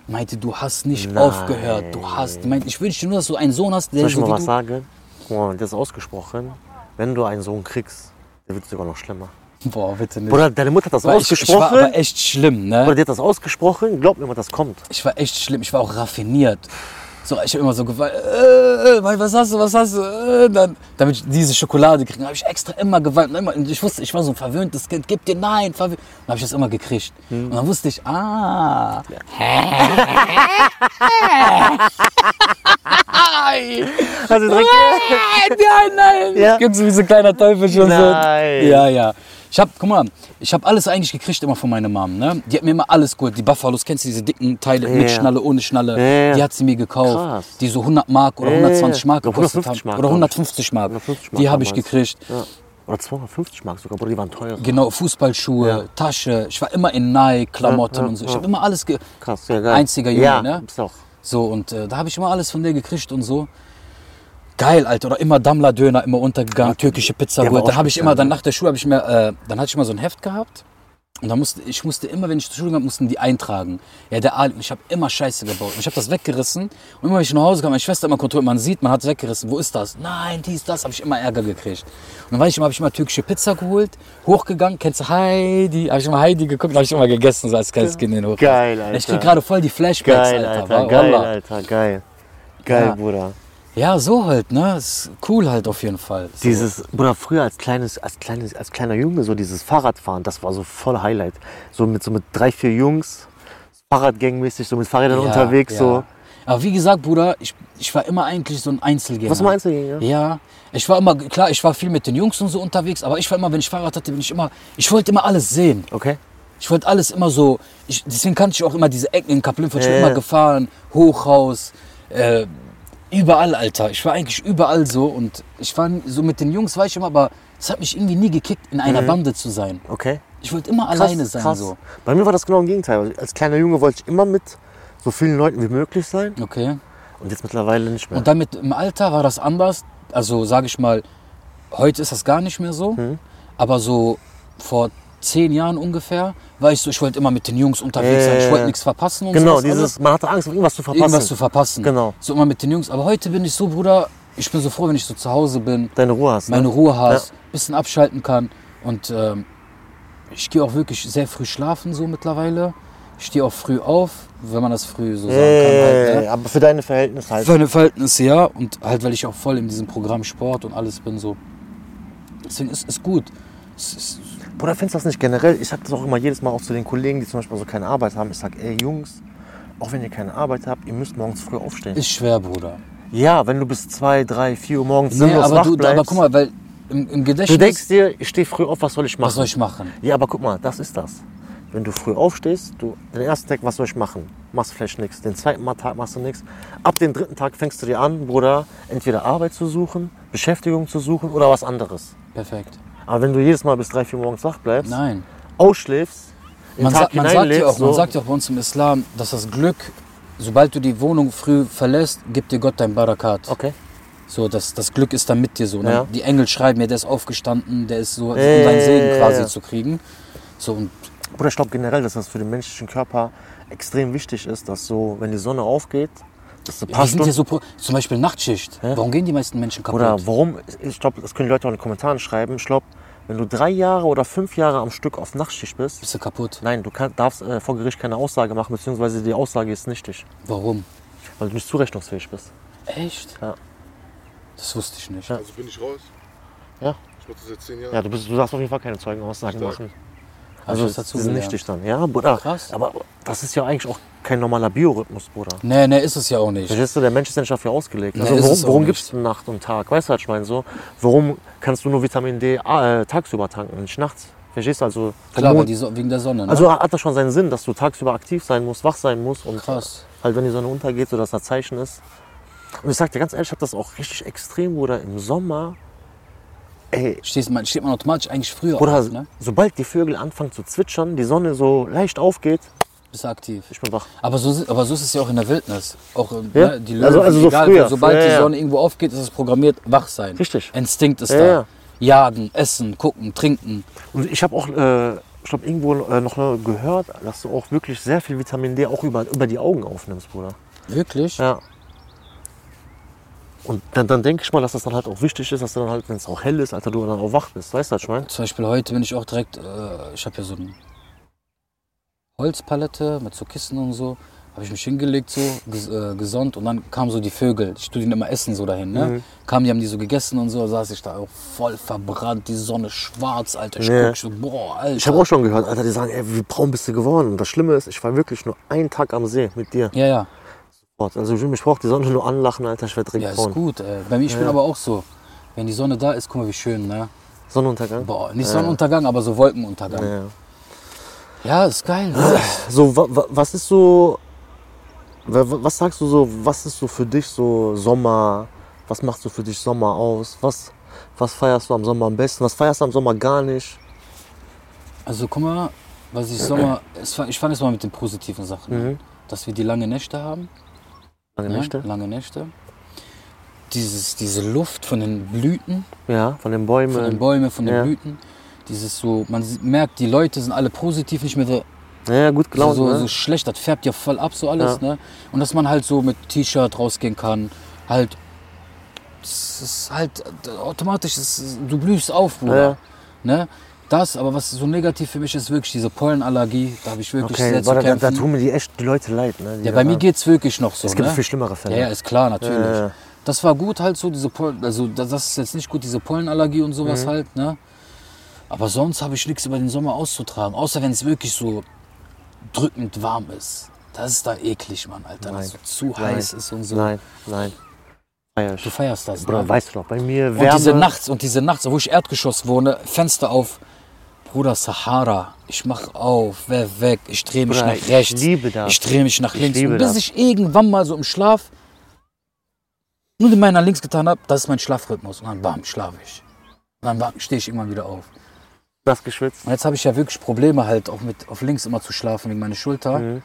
meinte, du hast nicht
Nein.
aufgehört. Du hast. Meinte, ich wünschte nur, dass du einen Sohn hast, der
Soll ich
so
mal
wie
was
du.
sagen? Guck mal, das ist ausgesprochen. Wenn du einen Sohn kriegst, der wird sogar noch schlimmer.
Boah, bitte nicht.
Bruder, deine Mutter hat das
Weil ich, ich war
ausgesprochen.
aber echt schlimm,
Bruder,
ne?
die hat das ausgesprochen. Glaub mir mal, das kommt.
Ich war echt schlimm. Ich war auch raffiniert. So, ich habe immer so geweint, äh, äh, was hast du, was hast du, äh, dann, damit ich diese Schokolade kriege, habe ich extra immer geweint. Und Immer, und ich wusste, ich war so ein verwöhntes Kind, gib dir nein, verwöhnt. Dann habe ich das immer gekriegt. Und dann wusste ich, ah,
Also direkt,
nein, nein.
Ja.
Ich bin so wie so ein kleiner Teufel schon
Nein.
so. Ja, ja. Ich hab, guck mal, ich hab alles eigentlich gekriegt immer von meiner Mom. Ne? Die hat mir immer alles geholt. Die Buffalos, kennst du diese dicken Teile mit
Ja.
Schnalle, ohne Schnalle?
Ja.
Die hat sie mir gekauft.
Krass.
Die so 100 Mark oder
Ja.
120 Mark
Oder
gekostet
150
haben.
Mark,
Oder
glaub ich.
150 Mark.
150
die
Mark
habe ich
damals.
gekriegt.
ja. Oder 250 Mark sogar, Bruder, die waren teuer.
Genau, Fußballschuhe, Tasche. Ich war immer in Nike, Klamotten
Ja, ja,
und so. Ich
ja.
habe immer alles ge
Krass, ja geil.
Einziger Junge,
ja,
ne?
Bist auch.
So, und äh, da habe ich immer alles von der gekriegt und so. Geil, Alter. Oder immer Dammler-Döner, immer untergegangen, türkische Pizza
Der war
geholt. Dann
auch
habe ich
speziell,
immer, dann
ne?
nach der Schule habe ich mir, äh, dann hatte ich mal so ein Heft gehabt. Und dann musste, ich musste immer, wenn ich zur Schule gegangen bin, mussten die eintragen. Ja, der Ali, und ich habe immer Scheiße gebaut. Und ich habe das weggerissen. Und immer, wenn ich nach Hause kam, meine Schwester immer kontrolliert, man sieht, man hat weggerissen. Wo ist das? Nein, dies, das, habe ich immer Ärger gekriegt. Und dann war ich immer, habe ich immer türkische Pizza geholt, hochgegangen, kennst du Heidi? Habe ich immer Heidi geguckt, habe ich immer gegessen, so als kleines Kind in den Hof.
Geil, Alter.
Ich krieg gerade voll die Flashbacks,
Geil,
Alter.
Alter.
Wa-
Geil,
Wallah.
Alter. Geil. Geil,
Ja.
Bruder.
Ja, so halt, ne? Ist cool halt auf jeden Fall. So.
Dieses, Bruder, früher als kleines, als kleines, als kleiner Junge, so dieses Fahrradfahren, das war so voll Highlight. So mit so mit drei, vier Jungs, Fahrradgangmäßig, so mit Fahrrädern
Ja,
unterwegs,
ja.
so.
Aber wie gesagt, Bruder, ich, ich war immer eigentlich so ein Einzelgänger.
Was meinst du, Junge?
Ja, ich war immer, klar, ich war viel mit den Jungs und so unterwegs, aber ich war immer, wenn ich Fahrrad hatte, bin ich immer, ich wollte immer alles sehen.
Okay.
Ich wollte alles immer so, ich, deswegen kannte ich auch immer diese Ecken in Kaplin, ich bin
Ja,
immer
ja.
gefahren, Hochhaus, äh, überall, Alter. Ich war eigentlich überall so und ich war nie- so mit den Jungs, war ich immer, aber es hat mich irgendwie nie gekickt, in
Mhm.
einer Bande zu sein.
Okay.
Ich wollte immer
Krass,
alleine sein,
krass.
so.
Bei mir war das genau im Gegenteil. Als kleiner Junge wollte ich immer mit so vielen Leuten wie möglich sein
Okay.
und jetzt mittlerweile nicht mehr.
Und damit im Alter war das anders. Also sage ich mal, heute ist das gar nicht mehr so.
Mhm.
Aber so vor zehn Jahren ungefähr war ich so, ich wollte immer mit den Jungs unterwegs sein. Ich
Äh,
wollte nichts verpassen und
genau,
sowas
dieses,
alles.
man hatte Angst, irgendwas zu verpassen.
Irgendwas zu verpassen.
Genau.
So immer mit den Jungs. Aber heute bin ich so, Bruder, ich bin so froh, wenn ich so zu Hause bin,
Deine Ruhe hast.
meine
ne?
Ruhe hast,
Ja.
bisschen abschalten kann. Und ähm, ich gehe auch wirklich sehr früh schlafen so mittlerweile. Ich stehe auch früh auf, wenn man das früh so sagen kann. Halt,
Äh,
ne?
aber für deine Verhältnisse halt.
Für eine Also Verhältnisse, ja. Und halt, weil ich auch voll in diesem Programm Sport und alles bin, so. Deswegen ist es gut. Es ist,
Bruder, findest du das nicht generell? Ich habe das auch immer jedes Mal auch zu den Kollegen, die zum Beispiel so keine Arbeit haben. Ich sage, ey Jungs, auch wenn ihr keine Arbeit habt, ihr müsst morgens früh aufstehen.
ist schwer, Bruder.
ja, wenn du bis 2, 3, 4 Uhr morgens
Nee,
sinnlos
aber,
wach
du,
bleibst.
aber guck mal, weil im, im Gedächtnis.
du denkst dir, ich stehe früh auf, was soll ich machen?
was soll ich machen?
Ja, aber guck mal, das ist das. Wenn du früh aufstehst, du, den ersten Tag, was soll ich machen? Machst vielleicht nichts. Den zweiten Mal Tag machst du nichts. Ab dem dritten Tag fängst du dir an, Bruder, entweder Arbeit zu suchen, Beschäftigung zu suchen oder was anderes.
Perfekt.
Aber wenn du jedes Mal bis drei, vier morgens wach bleibst,
Nein.
ausschläfst, den
Man,
Tag
sa man, sagt ja
hineinlebst,
auch, man
so,
sagt ja auch bei uns im Islam, dass das Glück, sobald du die Wohnung früh verlässt, gibt dir Gott dein Barakat.
okay.
So, das, das Glück ist dann mit dir so. Und
Ja.
Dann, die Engel schreiben ja, der ist aufgestanden, der ist so, um
Ja,
deinen
ja,
Segen
ja, ja,
quasi
ja.
zu kriegen. So, und
Bruder, ich glaube generell, dass das für den menschlichen Körper extrem wichtig ist, dass so, wenn die Sonne aufgeht, dass du ein
wir
paar
sind ja
Stunden...
so, pro- zum Beispiel Nachtschicht. Warum gehen die meisten Menschen kaputt?
Oder warum, ich glaube, das können die Leute auch in den Kommentaren schreiben, ich glaube, wenn du drei Jahre oder fünf Jahre am Stück auf Nachtschicht bist,
Bist du kaputt?
Nein, du kann, darfst äh, vor Gericht keine Aussage machen, beziehungsweise die Aussage ist nichtig,
Warum?
weil du nicht zurechnungsfähig bist.
Echt?
Ja.
Das wusste ich nicht.
Ja.
Also bin ich raus.
Ja,
Ich mache das jetzt zehn Jahre.
ja du, bist, du darfst auf jeden Fall keine Zeugenaussagen
Stark.
machen.
ich
Also
was dazu
die sind
gelernt.
nichtig dann, ja, Bruder.
Krass.
Aber das ist ja eigentlich auch kein normaler Biorhythmus, Bruder.
Nee, nee, ist es ja auch nicht.
Verstehst du, der Mensch ist ja nicht dafür ausgelegt.
Nee,
Also
ist es
warum,
auch
warum
nicht.
gibst du Nacht und Tag? Weißt du, was ich meine? So, warum kannst du nur Vitamin D äh, tagsüber tanken und nicht nachts? Verstehst du? Also, der
Klar, weil
Mond-
die so wegen der Sonne. Ne?
also hat das schon seinen Sinn, dass du tagsüber aktiv sein musst, wach sein musst und
Krass.
halt wenn die Sonne untergeht, so dass das Zeichen ist. Und ich sag dir ganz ehrlich, ich hab das auch richtig extrem, Bruder, im Sommer. Ey,
Stehst, man, steht man automatisch eigentlich früher
Bruder, also
auf, ne?
sobald die Vögel anfangen zu zwitschern, die Sonne so leicht aufgeht,
Bist du aktiv.
ich bin wach.
Aber so, si- aber so ist es ja auch in der Wildnis. Auch ähm,
Ja.
ne, die Löwen,
Also- also so
egal,
früher.
sobald
Ja,
die
ja.
Sonne irgendwo aufgeht, ist es programmiert, wach sein.
Richtig.
Instinkt ist
Ja,
da.
ja.
Jagen, essen, gucken, trinken.
Und ich habe auch, äh, ich glaube, irgendwo äh, noch mal gehört, dass du auch wirklich sehr viel Vitamin D auch über, über die Augen aufnimmst, Bruder.
Wirklich?
Ja. Und dann, dann denke ich mal, dass das dann halt auch wichtig ist, dass du dann halt, wenn es auch hell ist, Alter, du dann auch wach bist. Weißt du, was ich meine?
Zum Beispiel heute bin ich auch direkt, äh, ich habe ja so eine Holzpalette mit so Kissen und so. Habe ich mich hingelegt, so ges äh, gesonnt und dann kamen so die Vögel. Ich tue denen immer Essen so dahin, ne?
Mhm.
Kamen, die haben die so gegessen und so, saß ich da auch voll verbrannt, die Sonne schwarz, Alter. Ich
Ja.
guck so, boah, Alter.
Ich habe auch schon gehört, Alter, die sagen, ey, wie braun bist du geworden? Und das Schlimme ist, ich war wirklich nur einen Tag am See mit dir.
ja, ja.
Also ich will mich braucht die Sonne nur anlachen, Alter, ich werde
Ja,
direkt
ist
braun.
gut. Ey. Bei mir, ich bin aber auch so. Wenn die Sonne da ist, guck mal, wie schön, ne?
Sonnenuntergang.
Boah, nicht Sonnenuntergang, aber so Wolkenuntergang.
Ja.
Ja, ist geil. ne?
So, wa, wa, was ist so, wa, wa- was sagst du so, was ist so für dich so Sommer, was machst du für dich Sommer aus? Was, was feierst du am Sommer am besten? Was feierst du am Sommer gar nicht?
Also guck mal, was ich Sommer. es fa- Ich fange jetzt mal mit den positiven Sachen an. Dass wir die lange Nächte haben.
Mhm. Lange
ne?
Nächte?
Lange Nächte. Dieses, diese Luft von den Blüten,
Ja, von den Bäumen.
von den Bäumen, von den
ja.
Blüten. Dieses so, man sieht- merkt, die Leute sind alle positiv, nicht mehr so,
Ja, gut gelaunt,
so,
ne?
so schlecht, das färbt ja voll ab, so alles.
Ja.
Ne? Und dass man halt so mit T-Shirt rausgehen kann, halt, das ist halt äh, automatisch, das ist, du blühst auf, Bruder.
Ja.
Ne? Das, aber was so negativ für mich ist, wirklich diese Pollenallergie, da habe ich wirklich
Okay,
sehr zu
boah, da,
kämpfen.
da tun mir die echt die Leute leid, ne? Die
ja,
da
bei mir
waren.
geht es wirklich noch so.
Es gibt
ne?
viel schlimmere Fälle.
Ja, ja, ist klar, natürlich.
Ja, ja.
Das war gut halt so, diese Pollen, also das das ist jetzt nicht gut, diese Pollenallergie und sowas
Mhm.
halt, ne? Aber sonst habe ich nichts über den Sommer auszutragen, außer wenn es wirklich so drückend warm ist. Das ist da eklig, Mann, Alter. Dass es
Nein.
so zu
Nein.
heiß ist und so.
Nein, nein. Feier
Du
ich.
feierst das,
Bruder,
ne?
weißt du doch, bei mir Wärme.
Und diese nachts, und diese nachts, wo ich Erdgeschoss wohne, Fenster auf. Bruder, Sahara, ich mach auf, wer weg, ich drehe mich
Bruder,
nach
ich
rechts.
liebe das.
Ich drehe mich nach
Ich
links.
liebe
Und bis
das.
ich irgendwann mal so im Schlaf nur den Bein nach links getan habe, das ist mein Schlafrhythmus. Und dann bam, schlafe ich. Und dann stehe ich irgendwann wieder auf.
nass geschwitzt.
Und jetzt habe ich ja wirklich Probleme halt auch mit auf links immer zu schlafen wegen meiner Schulter.
Mhm.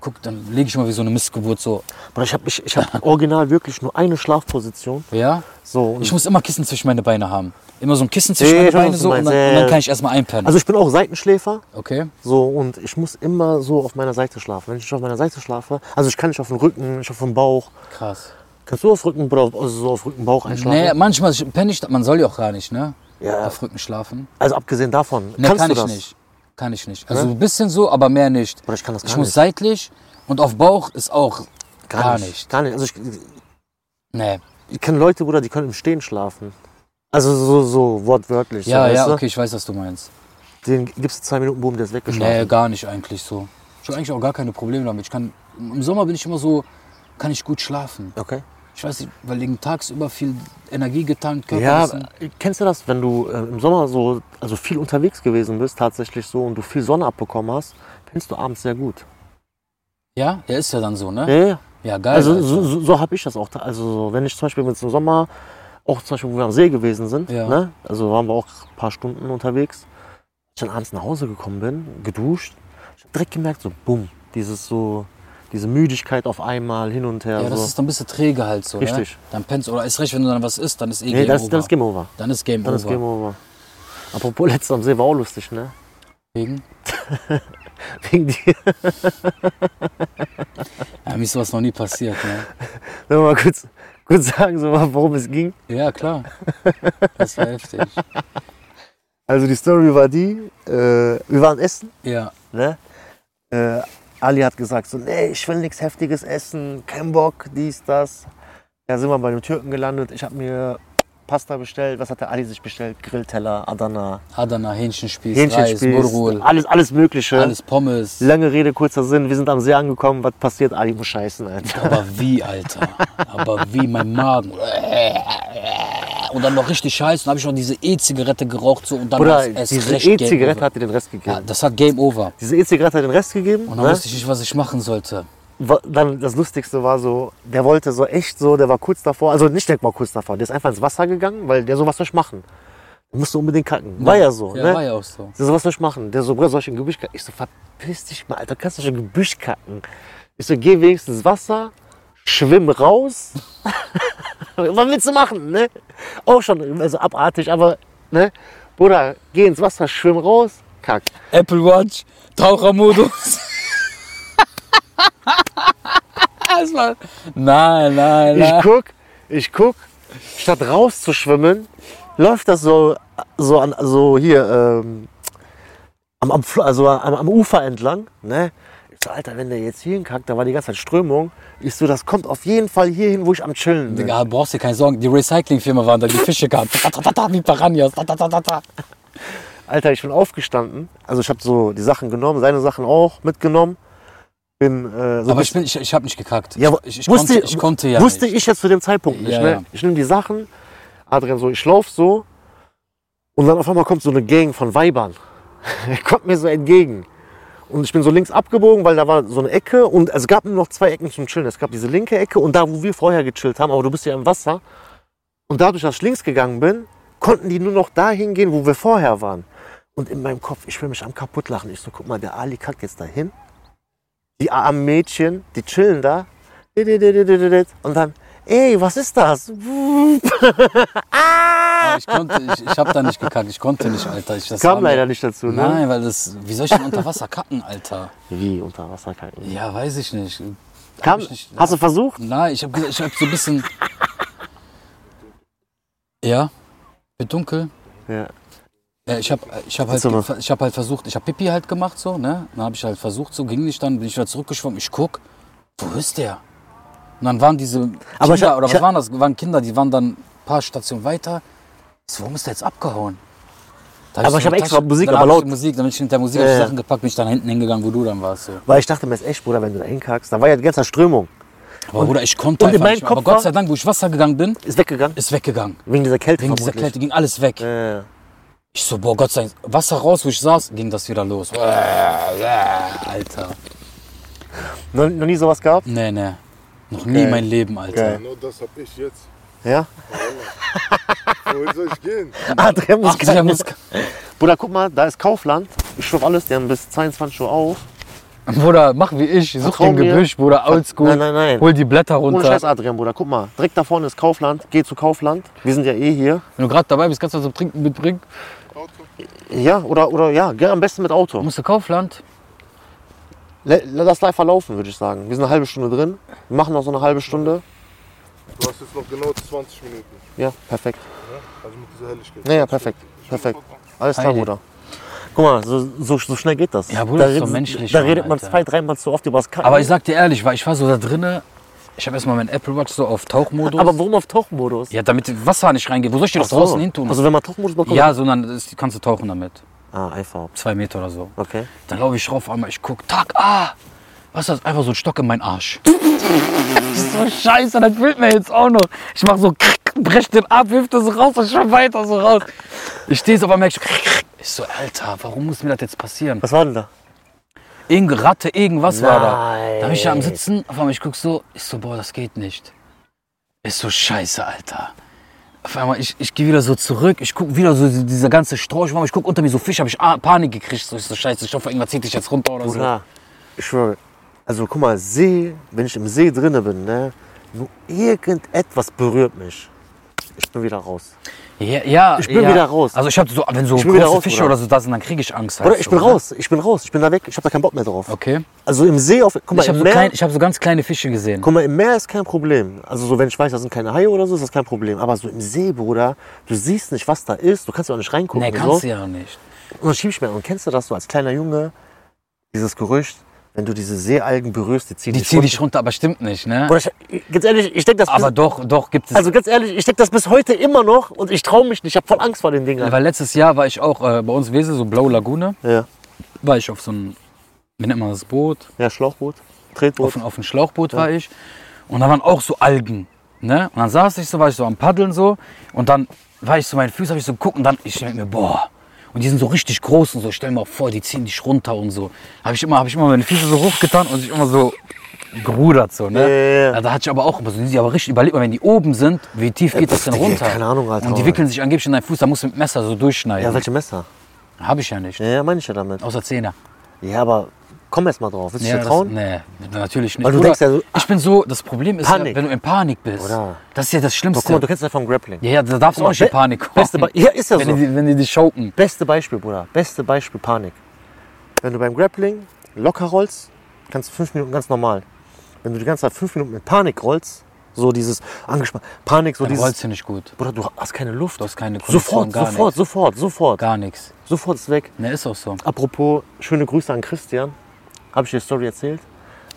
Guck, dann lege ich mal wie so eine Missgeburt so.
Bruder, ich habe ich, ich hab original wirklich nur eine Schlafposition.
Ja?
So, und
Ich muss immer Kissen zwischen meine Beine haben. Immer so ein Kissen zwischen
Ja, ja,
meine Beine
ich weiß, was du
so und
meinst.
dann,
Ja,
und
ja.
dann kann ich erstmal einpennen.
also ich bin auch Seitenschläfer,
okay?
so und ich muss immer so auf meiner Seite schlafen. Wenn ich nicht auf meiner Seite schlafe, also ich kann nicht auf dem Rücken, nicht auf dem Bauch.
Krass.
Kannst du auf Rücken, Bruder, also so auf Rücken, Bauch einschlafen?
Nee, manchmal penne ich, man soll ja auch gar nicht, ne?
Ja.
Auf Rücken schlafen.
Also abgesehen davon,
Ne,
kannst
kann
du
ich
das?
nicht. kann ich nicht. Also ein bisschen so, aber mehr nicht.
Oder ich kann das gar
Ich muss
nicht.
seitlich und auf Bauch ist auch
Gar,
gar
nicht.
nicht.
Gar nicht. Also ich,
nee.
ich kenne Leute, Bruder, die können im Stehen schlafen. Also so, so wortwörtlich.
Ja,
so, weißt
ja,
du?
okay, ich weiß, was du meinst.
Den gibst du zwei Minuten, boom, der ist weggeschlafen.
Nee, gar nicht eigentlich so. Ich habe eigentlich auch gar keine Probleme damit. Ich kann, Im Sommer bin ich immer so, kann ich gut schlafen.
Okay.
Ich weiß nicht, weil wegen tagsüber viel Energie getankt, Körper.
Ja,
bisschen-
kennst du das, wenn du äh, im Sommer so also viel unterwegs gewesen bist, tatsächlich so, und du viel Sonne abbekommen hast, pennst du abends sehr gut.
ja, ja, ist ja dann so, ne?
Ja, ja.
Ja, geil.
Also
Alter.
so, so, so habe ich das auch. ta- Also so, wenn ich zum Beispiel jetzt im Sommer, auch zum Beispiel, wo wir am See gewesen sind,
Ja.
ne? also waren wir auch ein paar Stunden unterwegs, als ich dann abends nach Hause gekommen bin, geduscht, ich habe direkt gemerkt, so bumm, dieses so, diese Müdigkeit auf einmal hin und her.
ja, das
so.
ist dann ein bisschen träge halt so,
Richtig.
ne? Dann pennst oder ist recht, wenn du dann was isst, dann ist eh
nee,
Game
das,
over.
dann ist Game Over.
dann ist Game
Dann ist
Over.
Game Over. Apropos letztes am See war auch lustig, ne?
Deswegen,
Wegen dir.
ja, mir ist sowas noch nie passiert, ne?
Sollen wir mal kurz, kurz sagen, so, worum es ging?
Ja, klar. Das war heftig.
Also die Story war die, äh, wir waren essen,
Ja,
ne? Äh, Ali hat gesagt so, nee, ich will nichts Heftiges essen, kein Bock, dies, das. Da sind wir bei einem Türken gelandet, ich habe mir Pasta bestellt, was hat der Ali sich bestellt? Grillteller, Adana,
Adana, Hähnchenspieß, Reis,
Hähnchenspieß,
Burrul,
alles, alles mögliche.
alles Pommes.
Lange Rede, kurzer Sinn, wir sind am See angekommen, was passiert? Ali muss scheißen, Alter.
Aber wie, Alter? Aber wie mein Magen. Und dann noch richtig scheiße. Dann habe ich noch diese E-Zigarette geraucht so, und dann
Oder
war's erst
diese
recht Game
E-Zigarette
Over.
hat dir den Rest gegeben.
Ja, das hat Game Over.
Diese E-Zigarette hat den Rest gegeben. ne?
Und dann wusste ich nicht, was ich machen sollte.
Wa- dann das Lustigste war so, der wollte so echt so, der war kurz davor, also nicht der war kurz davor, der ist einfach ins Wasser gegangen, weil der so, was soll ich machen? Der musste unbedingt kacken. War ja so,
Ja,
ne?
war ja auch so.
Der so, was soll ich machen? Der so, Bruder, soll ich im Gebüsch kacken? Ich so, verpiss dich mal, Alter, kannst du schon im Gebüsch kacken? Ich so, geh wenigstens ins Wasser, schwimm raus. was willst du machen, ne? Auch schon, also abartig, aber, ne? Bruder, geh ins Wasser, schwimm raus, kack.
Apple Watch, Tauchermodus. Es war- nein, nein,
Ich
nein.
guck, ich guck, statt rauszuschwimmen, läuft das so, so, an, so hier ähm, am, am, Fl- also am, am Ufer entlang. Ne? Ich so, Alter, wenn der jetzt hier hinkackt, da war die ganze Zeit Strömung. Ich so, das kommt auf jeden Fall hier hin, wo ich am Chillen bin.
Digga, brauchst dir keine Sorgen. Die Recyclingfirma waren da, die Fische kamen. Tatatata, Wie Piranhas. Tatatata.
Alter, ich bin aufgestanden. Also ich habe so die Sachen genommen, seine Sachen auch mitgenommen. Bin, äh, so
Aber
bis-
ich, bin- ich, ich habe nicht gekackt.
Ja,
ich, ich,
wusste,
konnte, ich konnte ja
Wusste
nicht.
ich jetzt zu dem Zeitpunkt nicht.
Ja,
ne?
ja.
Ich nehme die Sachen, Adrian so, ich laufe so. Und dann auf einmal kommt so eine Gang von Weibern. kommt mir so entgegen. Und ich bin so links abgebogen, weil da war so eine Ecke. Und es gab nur noch zwei Ecken zum Chillen. Es gab diese linke Ecke und da, wo wir vorher gechillt haben. Aber du bist ja im Wasser. Und dadurch, dass ich links gegangen bin, konnten die nur noch dahin gehen, wo wir vorher waren. Und in meinem Kopf, ich will mich am kaputt lachen. Ich so, guck mal, der Ali kackt jetzt dahin. Die armen Mädchen, die chillen da. Und dann, ey, was ist das?
Ah, Ich, konnte- ich, ich habe da nicht gekackt. Ich konnte nicht, Alter. Ich, das war
Kam
mir-
leider nicht dazu, ne?
Nein, weil das. Wie soll ich denn unter Wasser kacken, Alter?
Wie unter Wasser kacken.
Ja, weiß ich nicht. Hab
Kam,
ich nicht
hast du versucht?
Nein, ich habe ich hab so ein bisschen. Ja, wird dunkel.
Ja.
Ja, ich habe ich hab halt,
Erzähl mal.
ge- ich hab halt versucht, ich habe Pipi halt gemacht so, ne? Dann habe ich halt versucht, so ging nicht, dann bin ich wieder zurückgeschwommen. Ich guck, wo ist der? Und dann waren diese Kinder,
Aber ich hab-
oder
ich
was
hab-
waren das? Waren Kinder, die waren dann ein paar Stationen weiter. Ich So, warum ist der jetzt abgehauen? Da
Aber ich hab
eine
extra
Tasche-
Musik,
dann
aber
hab ich
laut. Äh.
die Musik, dann bin ich hinter der Musik hab
Ja,
ich
ja.
Sachen gepackt, bin ich dann hinten hingegangen, wo du dann warst. So.
Weil ich dachte mir, ist echt, Bruder, wenn du da hinkackst, da war ja die ganze Zeit Strömung.
Aber Bruder, ich konnte
und in
einfach
meinem
nicht mehr. Aber
Kopf
Gott
war-
sei Dank, wo ich Wasser gegangen bin,
Ist weggegangen?
ist weggegangen.
Wegen dieser Kälte
Wegen dieser
vermutlich.
Kälte ging alles weg.
Äh,
Ich so, boah, Gott sei Dank, Wasser raus, wo ich saß, ging das wieder los. Äh, äh, Alter.
noch, noch nie sowas gehabt?
Nee, nee. Noch nie in mein Leben, Alter.
Geil.
Genau das hab ich jetzt.
Ja? Ah,
Wohin soll ich gehen?
Adrian muss
Ach, der
kacken.
muss.
Bruder, guck mal, da ist Kaufland. Ich schwör auf alles, die haben bis 22 Uhr auf.
Bruder, mach wie ich. Such
Vertrau
den
mir.
Gebüsch, Bruder, oldschool.
Nein, nein, nein.
Hol die Blätter
Ohne
runter.
Scheiß, Adrian, Bruder. Guck mal, direkt da vorne ist Kaufland. Geh zu Kaufland. Wir sind ja eh hier.
Wenn du gerade dabei bist, kannst du was zum Trinken mitbringen.
Auto.
Ja, oder, oder ja, geh am besten mit Auto.
Musst du Kaufland?
Le- Lass live verlaufen, würde ich sagen. Wir sind eine halbe Stunde drin. Wir machen noch so eine halbe Stunde.
Du hast jetzt noch genau 20 Minuten.
Ja, perfekt.
Also mit dieser Helligkeit.
Naja, perfekt. Perfekt. Alles klar,
Heidi.
Bruder. Guck mal, so, so, so schnell geht das.
Ja, Bruder,
da
das ist
redet-
doch menschlich,
Da
Mann,
redet man
Alter.
zwei, dreimal zu oft über das Kacken.
Aber ich sag dir ehrlich, weil ich war so da drinne, ich habe erstmal mein Apple Watch so auf Tauchmodus.
Aber warum auf Tauchmodus?
ja, damit Wasser nicht reingeht. Wo soll ich die doch
Ach so.
draußen hin tun?
Also wenn man Tauchmodus bekommt?
ja, sondern es- kannst du tauchen damit.
Ah, einfach.
Zwei Meter oder so.
Okay.
Dann laufe ich rauf, einmal ich guck, tak, ah! Was ist das? Einfach so ein Stock in meinen Arsch. so scheiße, das fehlt mir jetzt auch noch. Ich mach so, krick, brech den ab, hilft das so raus und schon weiter so raus. Ich stehe so, aber merke ich, krick, krick. ich so, Alter, warum muss mir das jetzt passieren?
Was war denn da?
Irgendeine Ratte, irgendwas war da.
Nein.
Da bin ich ja am Sitzen, auf einmal ich guck so, ich so, boah, das geht nicht. Ist so scheiße, Alter. Auf einmal, ich, ich gehe wieder so zurück, ich guck wieder so die- dieser ganze Strauch, ich guck unter mir so Fisch, habe ich ah, Panik gekriegt. So, ich so, scheiße, ich hoffe, irgendwas zieht dich jetzt runter oder so.
Bruder, ich schwöre. Also guck mal, See, wenn ich im See drinne bin, ne, nur irgendetwas berührt mich. Ich bin wieder raus.
Ja, ja,
Ich bin
ja.
wieder raus.
Also ich habe so, wenn so
bin wieder
große
raus,
Fische
Bruder.
oder so da sind, dann kriege ich Angst. halt
Bruder, ich
so,
bin
ne?
raus, ich bin raus, ich bin da weg, ich habe da keinen Bock mehr drauf.
Okay.
Also im See, auf, guck mal,
Ich habe
im
so,
Meer,
klein, ich hab so ganz kleine Fische gesehen.
guck mal, im Meer ist kein Problem. Also so, wenn ich weiß, da sind keine Haie oder so, ist das kein Problem. Aber so im See, Bruder, du siehst nicht, was da ist, du kannst ja auch nicht reingucken.
Nee,
und
kannst
so.
du ja nicht.
Und dann schieb ich mir, und kennst du das so als kleiner Junge, dieses Gerücht, wenn du diese Seealgen berührst, die ziehen
Die
dich
ziehen
runter.
dich runter, aber stimmt nicht, ne?
Bruder, ich, ganz ehrlich, ich denke das
Aber doch, doch gibt es.
Also ganz ehrlich, ich denke das bis heute immer noch und ich traue mich nicht. Ich habe voll Angst vor den Dingern.
weil letztes Jahr war ich auch äh, bei uns Wesel, so Blaue Lagune,
Ja,
war ich auf so einem, wie nennt man das Boot?
ja Schlauchboot, Tretboot.
Auf, auf einem Schlauchboot war ich. Und da waren auch so Algen. Ne? Und dann saß ich so, war ich so am Paddeln so. Und dann war ich so, meinen Füßen habe ich so geguckt und dann, ich denke mir, boah. Und die sind so richtig groß und so. Stell mir auch vor, die ziehen dich runter und so. Habe ich immer, habe ich immer meine Füße so hochgetan und sich immer so gerudert so, ne?
Ja, ja, ja.
Da hatte ich aber auch, immer so, die sind aber richtig, überleg mal, wenn die oben sind, wie tief geht das denn
Digga,
runter?
keine Ahnung, Alter.
Und die wickeln sich angeblich in deinen Fuß, da musst du mit dem Messer so
Ja,
durchschneiden.
welche Messer?
habe ich ja nicht.
Ja, ja, meine ich ja damit.
Außer Zähne.
Ja, aber komm erst mal drauf. Willst du
Ja,
dir
das-
trauen?
Nee, natürlich nicht.
Weil du
Oder
denkst ja so-
ich bin so, das Problem ist, ja,
Panik.
wenn du in Panik bist.
Oder?
Das ist ja das
Doch,
Schlimmste.
guck mal, du kennst das vom Grappling.
ja, ja, da darfst du
Guck
auch
mal,
nicht in
be-
Panik kommen.
beste Be- Ja, ist ja
wenn
so.
Die, die- wenn die dich schoken.
Beste Beispiel, Bruder. Beste Beispiel Panik. Wenn du beim Grappling locker rollst, kannst du fünf Minuten ganz normal. Wenn du die ganze Zeit fünf Minuten mit Panik rollst, so dieses angespannt, Panik, so
Dann
dieses.
rollst du nicht gut.
Bruder, du hast keine Luft.
Du hast keine Kondition,
Sofort,
gar
sofort,
nichts.
sofort, sofort.
Gar nichts.
Sofort ist weg.
Ne, ist auch so.
Apropos, schöne Grüße an Christian. Habe ich dir die Story erzählt.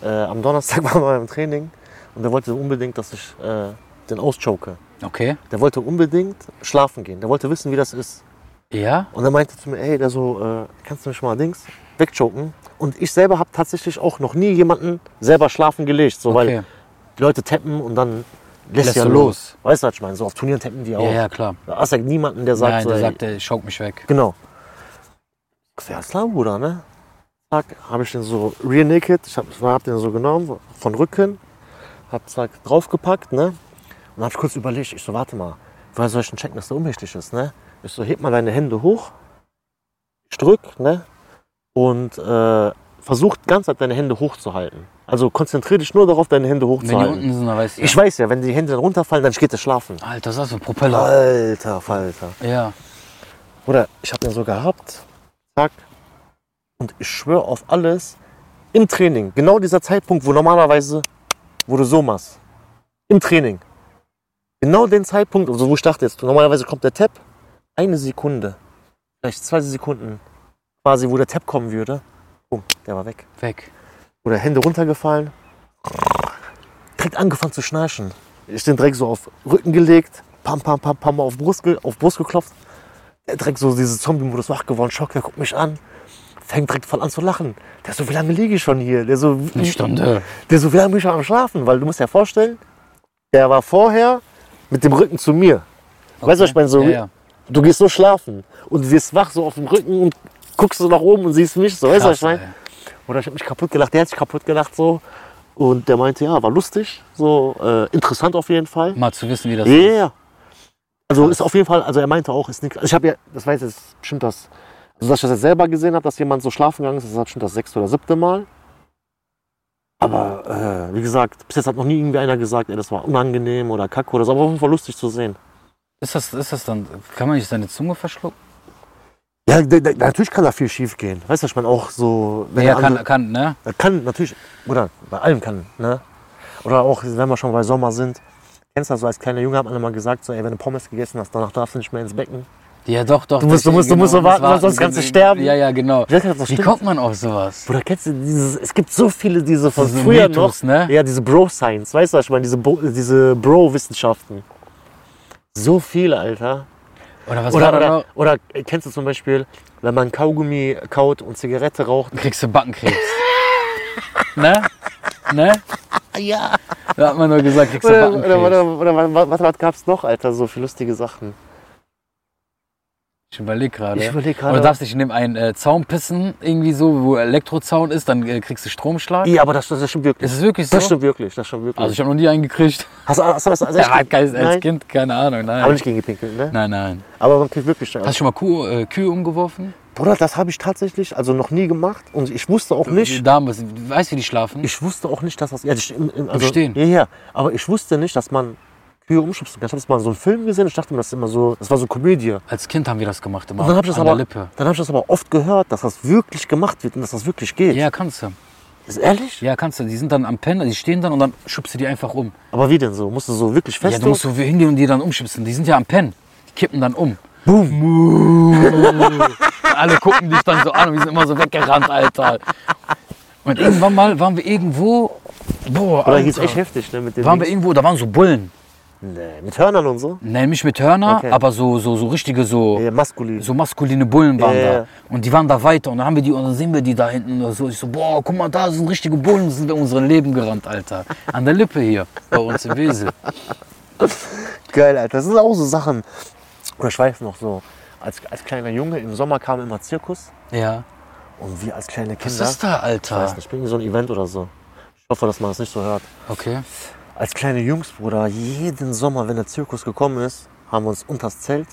Äh, am Donnerstag waren wir im Training und der wollte unbedingt, dass ich äh, den auschoke.
Okay.
Der wollte unbedingt schlafen gehen. Der wollte wissen, wie das ist.
Ja?
Und er meinte zu mir, ey, der so, äh, kannst du mich mal Dings wegchoken? Und ich selber habe tatsächlich auch noch nie jemanden selber schlafen gelegt. So,
Okay.
Weil die Leute tappen und dann lässt,
Lässt
ja
du
los.
los.
Weißt du, was ich meine? So auf Turnieren tappen die auch.
Ja, ja, klar.
Da hast du ja niemanden, der sagt,
Nein,
so,
der
ey,
sagt, ey, schock mich weg.
Genau. Ich sag, Ja, ist klar, Bruder, ne? Zack, habe ich den so rear naked, ich habe hab den so genommen, von Rücken, hab zack draufgepackt, ne? Und dann hab ich kurz überlegt, ich so, warte mal, woher soll ich denn checken, dass der ohnmächtig ist, ne? Ich so, heb mal deine Hände hoch, ich drück, ne? Und äh, versuch die ganze Zeit deine Hände hochzuhalten. Also konzentrier dich nur darauf, deine Hände
Wenn die unten
hochzuhalten.
sind, dann weißt du.
Ich weiß ja, wenn die Hände dann runterfallen, dann geht er schlafen.
Alter, das ist so ein Propeller.
Alter Falter.
Ja.
Bruder, ich habe den so gehabt. Zack. Und ich schwöre auf alles. Im Training, genau dieser Zeitpunkt, wo normalerweise, wo du so machst. Im Training. Genau den Zeitpunkt, also wo ich dachte jetzt, normalerweise kommt der Tap. Eine Sekunde. Vielleicht zwei Sekunden. Quasi, wo der Tap kommen würde. Bumm, der war weg.
Weg.
Oder Hände runtergefallen. Direkt angefangen zu schnarchen. Ich den direkt so auf Rücken gelegt, pam, pam, pam, pam, auf Brust, ge- auf Brust geklopft. Der direkt so diese Zombie-Modus wach geworden, Schock, der guckt mich an. Fängt direkt voll an zu lachen. Der so, wie lange liege ich schon hier? Der so,
Eine Stunde.
der so, wie lange bin ich schon am Schlafen? Weil du musst dir vorstellen, der war vorher mit dem Rücken zu mir. Weißt du, was ich meine? So,
Ja, ja.
Du gehst so schlafen und wirst wach so auf dem Rücken und guckst so nach oben und siehst mich so. Weißt du, was ich meine?
ey.
Oder ich habe mich kaputt gelacht, der hat sich kaputt gelacht so. Und der meinte, ja, war lustig, so äh, interessant auf jeden Fall.
Mal zu wissen, wie das
Ja, yeah. ja. Also ist auf jeden Fall, also er meinte auch, ist nichts. Also ich habe ja, das weiß jetzt bestimmt das, also dass ich das jetzt selber gesehen habe, dass jemand so schlafen gegangen ist, das ist bestimmt das sechste oder siebte Mal. Aber äh, wie gesagt, bis jetzt hat noch nie irgendwie einer gesagt, ey, das war unangenehm oder kacke oder so, aber auf jeden Fall lustig zu sehen.
ist. Das, ist das dann, kann man nicht seine Zunge verschlucken?
Ja, d- d- natürlich kann da viel schief gehen. Weißt du, ich meine auch so, wenn
Ja,
der
kann,
andere-
kann, ne?
Das kann natürlich, oder bei allem kann, ne? Oder auch, wenn wir schon bei Sommer sind. Kennst du das so als kleiner Junge, hat man immer gesagt, so, ey, wenn du Pommes gegessen hast, danach darfst du nicht mehr ins Becken.
Ja, doch, genau. doch.
Du musst- du musst- du musst so warten, sonst kannst du sterben.
Ja, ja, genau.
Ja, das
Wie
stimmt.
kommt man auf sowas?
Bruder, kennst du dieses, es gibt so viele diese von
Diese
früher
Mythos,
noch.
ne?
Ja, diese Bro-Science, weißt du was ich meine? Diese, Bo- diese Bro-Wissenschaften. So viele, Alter.
Oder was
Oder,
war da
oder,
noch?
oder äh, kennst du zum Beispiel, wenn man Kaugummi kaut und Zigarette raucht?
Kriegst du Backenkrebs. ne? Ne?
Ja.
Da hat man nur gesagt, kriegst du
Oder, oder,
Backenkrebs.
oder, oder, was, was, was gab's noch, Alter? So viele lustige Sachen. ne?
Ich überleg gerade.
Ich überleg gerade.
Oder darfst dich in dem einen äh, Zaun pissen, irgendwie so, wo Elektrozaun ist, dann äh, kriegst du Stromschlag.
Ja, aber das, das ist schon wirklich.
Ist es wirklich so?
Das stimmt wirklich, das stimmt wirklich.
Also ich habe noch nie einen gekriegt.
hast, du- hast, du- hast, du- hast, du-
Der war geil als
nein,
Kind, keine Ahnung, nein.
Aber nicht gegen gepinkelt, ne?
Nein, nein.
Aber man kriegt wirklich
Hast du schon mal Kuh, äh, Kühe umgeworfen?
Bruder, das habe Also ich tatsächlich also noch nie gemacht und ich wusste
Äh,
auch nicht.
Damals, du weißt, wie die schlafen?
Ich wusste auch nicht, dass das. Ja, ich, im- im- also,
Stehen.
Ja, ja. Aber ich wusste nicht, dass man Kühe umschubsen kann. Ich habe das mal in so einem Film gesehen. Ich dachte mir, das ist immer so. Das war so Komödie.
Als Kind haben wir das gemacht immer.
Und dann habe ich, das
an
aber-
der Lippe.
dann hab ich das aber oft gehört, dass das wirklich gemacht wird und dass das wirklich geht.
Ja, kannst du.
Ist ehrlich?
Ja, kannst du. Die sind dann am Pennen, die stehen dann und dann schubst du die einfach um.
Aber wie denn so? Musst du so wirklich fest?
ja, du musst so hingehen und die dann umschubsen. Die sind ja am Pennen. Die kippen dann um.
Boom.
Alle gucken dich dann so an und die sind immer so weggerannt, Alter. Und irgendwann mal waren wir irgendwo. Boah,
Aber hier ist
Alter.
echt heftig, ne? Mit den
waren wir irgendwo, da waren so Bullen.
nee, mit Hörnern und so.
Nein, nicht mit Hörner,
Okay.
aber so, so, so richtige, so.
Ja, maskulin.
so maskuline Bullen waren
Ja, ja, ja.
da. Und die waren da weiter und dann haben wir die und dann sehen wir die da hinten oder so. Ich so, boah, guck mal, da sind richtige Bullen, sind wir unseren Leben gerannt, Alter. An der Lippe hier, bei uns in Wesel.
Geil, Alter. Das sind auch so Sachen. Oder ich weiß noch so. Als, als kleiner Junge im Sommer kam immer Zirkus
Ja.
und wir als kleine
Was
Kinder.
ist da,
Ich weiß
Alter?
nicht, ich bin in so ein Event oder so. Ich hoffe, dass man das nicht so hört.
Okay.
Als kleine Jungs, Bruder, jeden Sommer, wenn der Zirkus gekommen ist, haben wir uns unters Zelt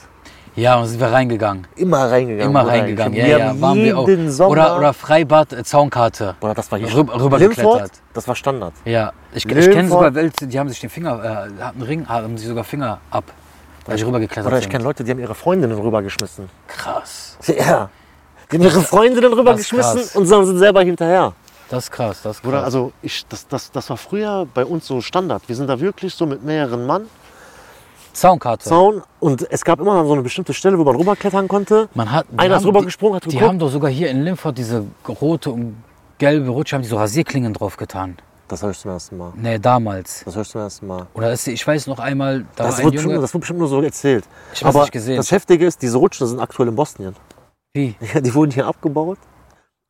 Ja, und sind wir reingegangen.
immer reingegangen.
Immer
Bruder.
reingegangen.
Wir
Ja,
haben
ja, waren wir auch.
jeden Sommer.
Oder, oder Freibad, äh, Zaunkarte.
Bruder, das war hier
Rüber-
schon-
rübergeklettert.
Limford, Das war Standard.
Ja. Ich, ich
Löwen
kenne sogar
vor-
welche, die haben sich den Finger, äh, hatten Ring, haben sich sogar Finger ab. Weil ich
Oder
rübergeklettert
ich
bin.
kenne Leute, die haben ihre Freundinnen rübergeschmissen.
Krass.
Ja. Die haben ihre Freundinnen
krass.
rübergeschmissen und sind selber hinterher.
Das ist krass, das ist krass.
Bruder, also ich, das, das, das war früher bei uns so Standard. Wir sind da wirklich so mit mehreren Mann,
Zaunkarte.
also Zaun und es gab immer so eine bestimmte Stelle, wo man rüberklettern konnte.
Man hat, die
Einer ist
haben-
rübergesprungen, hat
Die, die
geguckt.
haben doch sogar hier in Limford diese rote und gelbe Rutsche, haben die so Rasierklingen drauf getan.
Das höre ich zum ersten Mal.
Nee, damals.
Das höre ich zum ersten Mal.
Oder ist, ich weiß noch einmal, da
Das
war ein
wird, bestimmt,
Junge.
das wird bestimmt nur so erzählt.
Ich hab's nicht gesehen.
das Heftige ist, diese Rutschen sind aktuell in Bosnien.
Wie?
Ja, die wurden hier abgebaut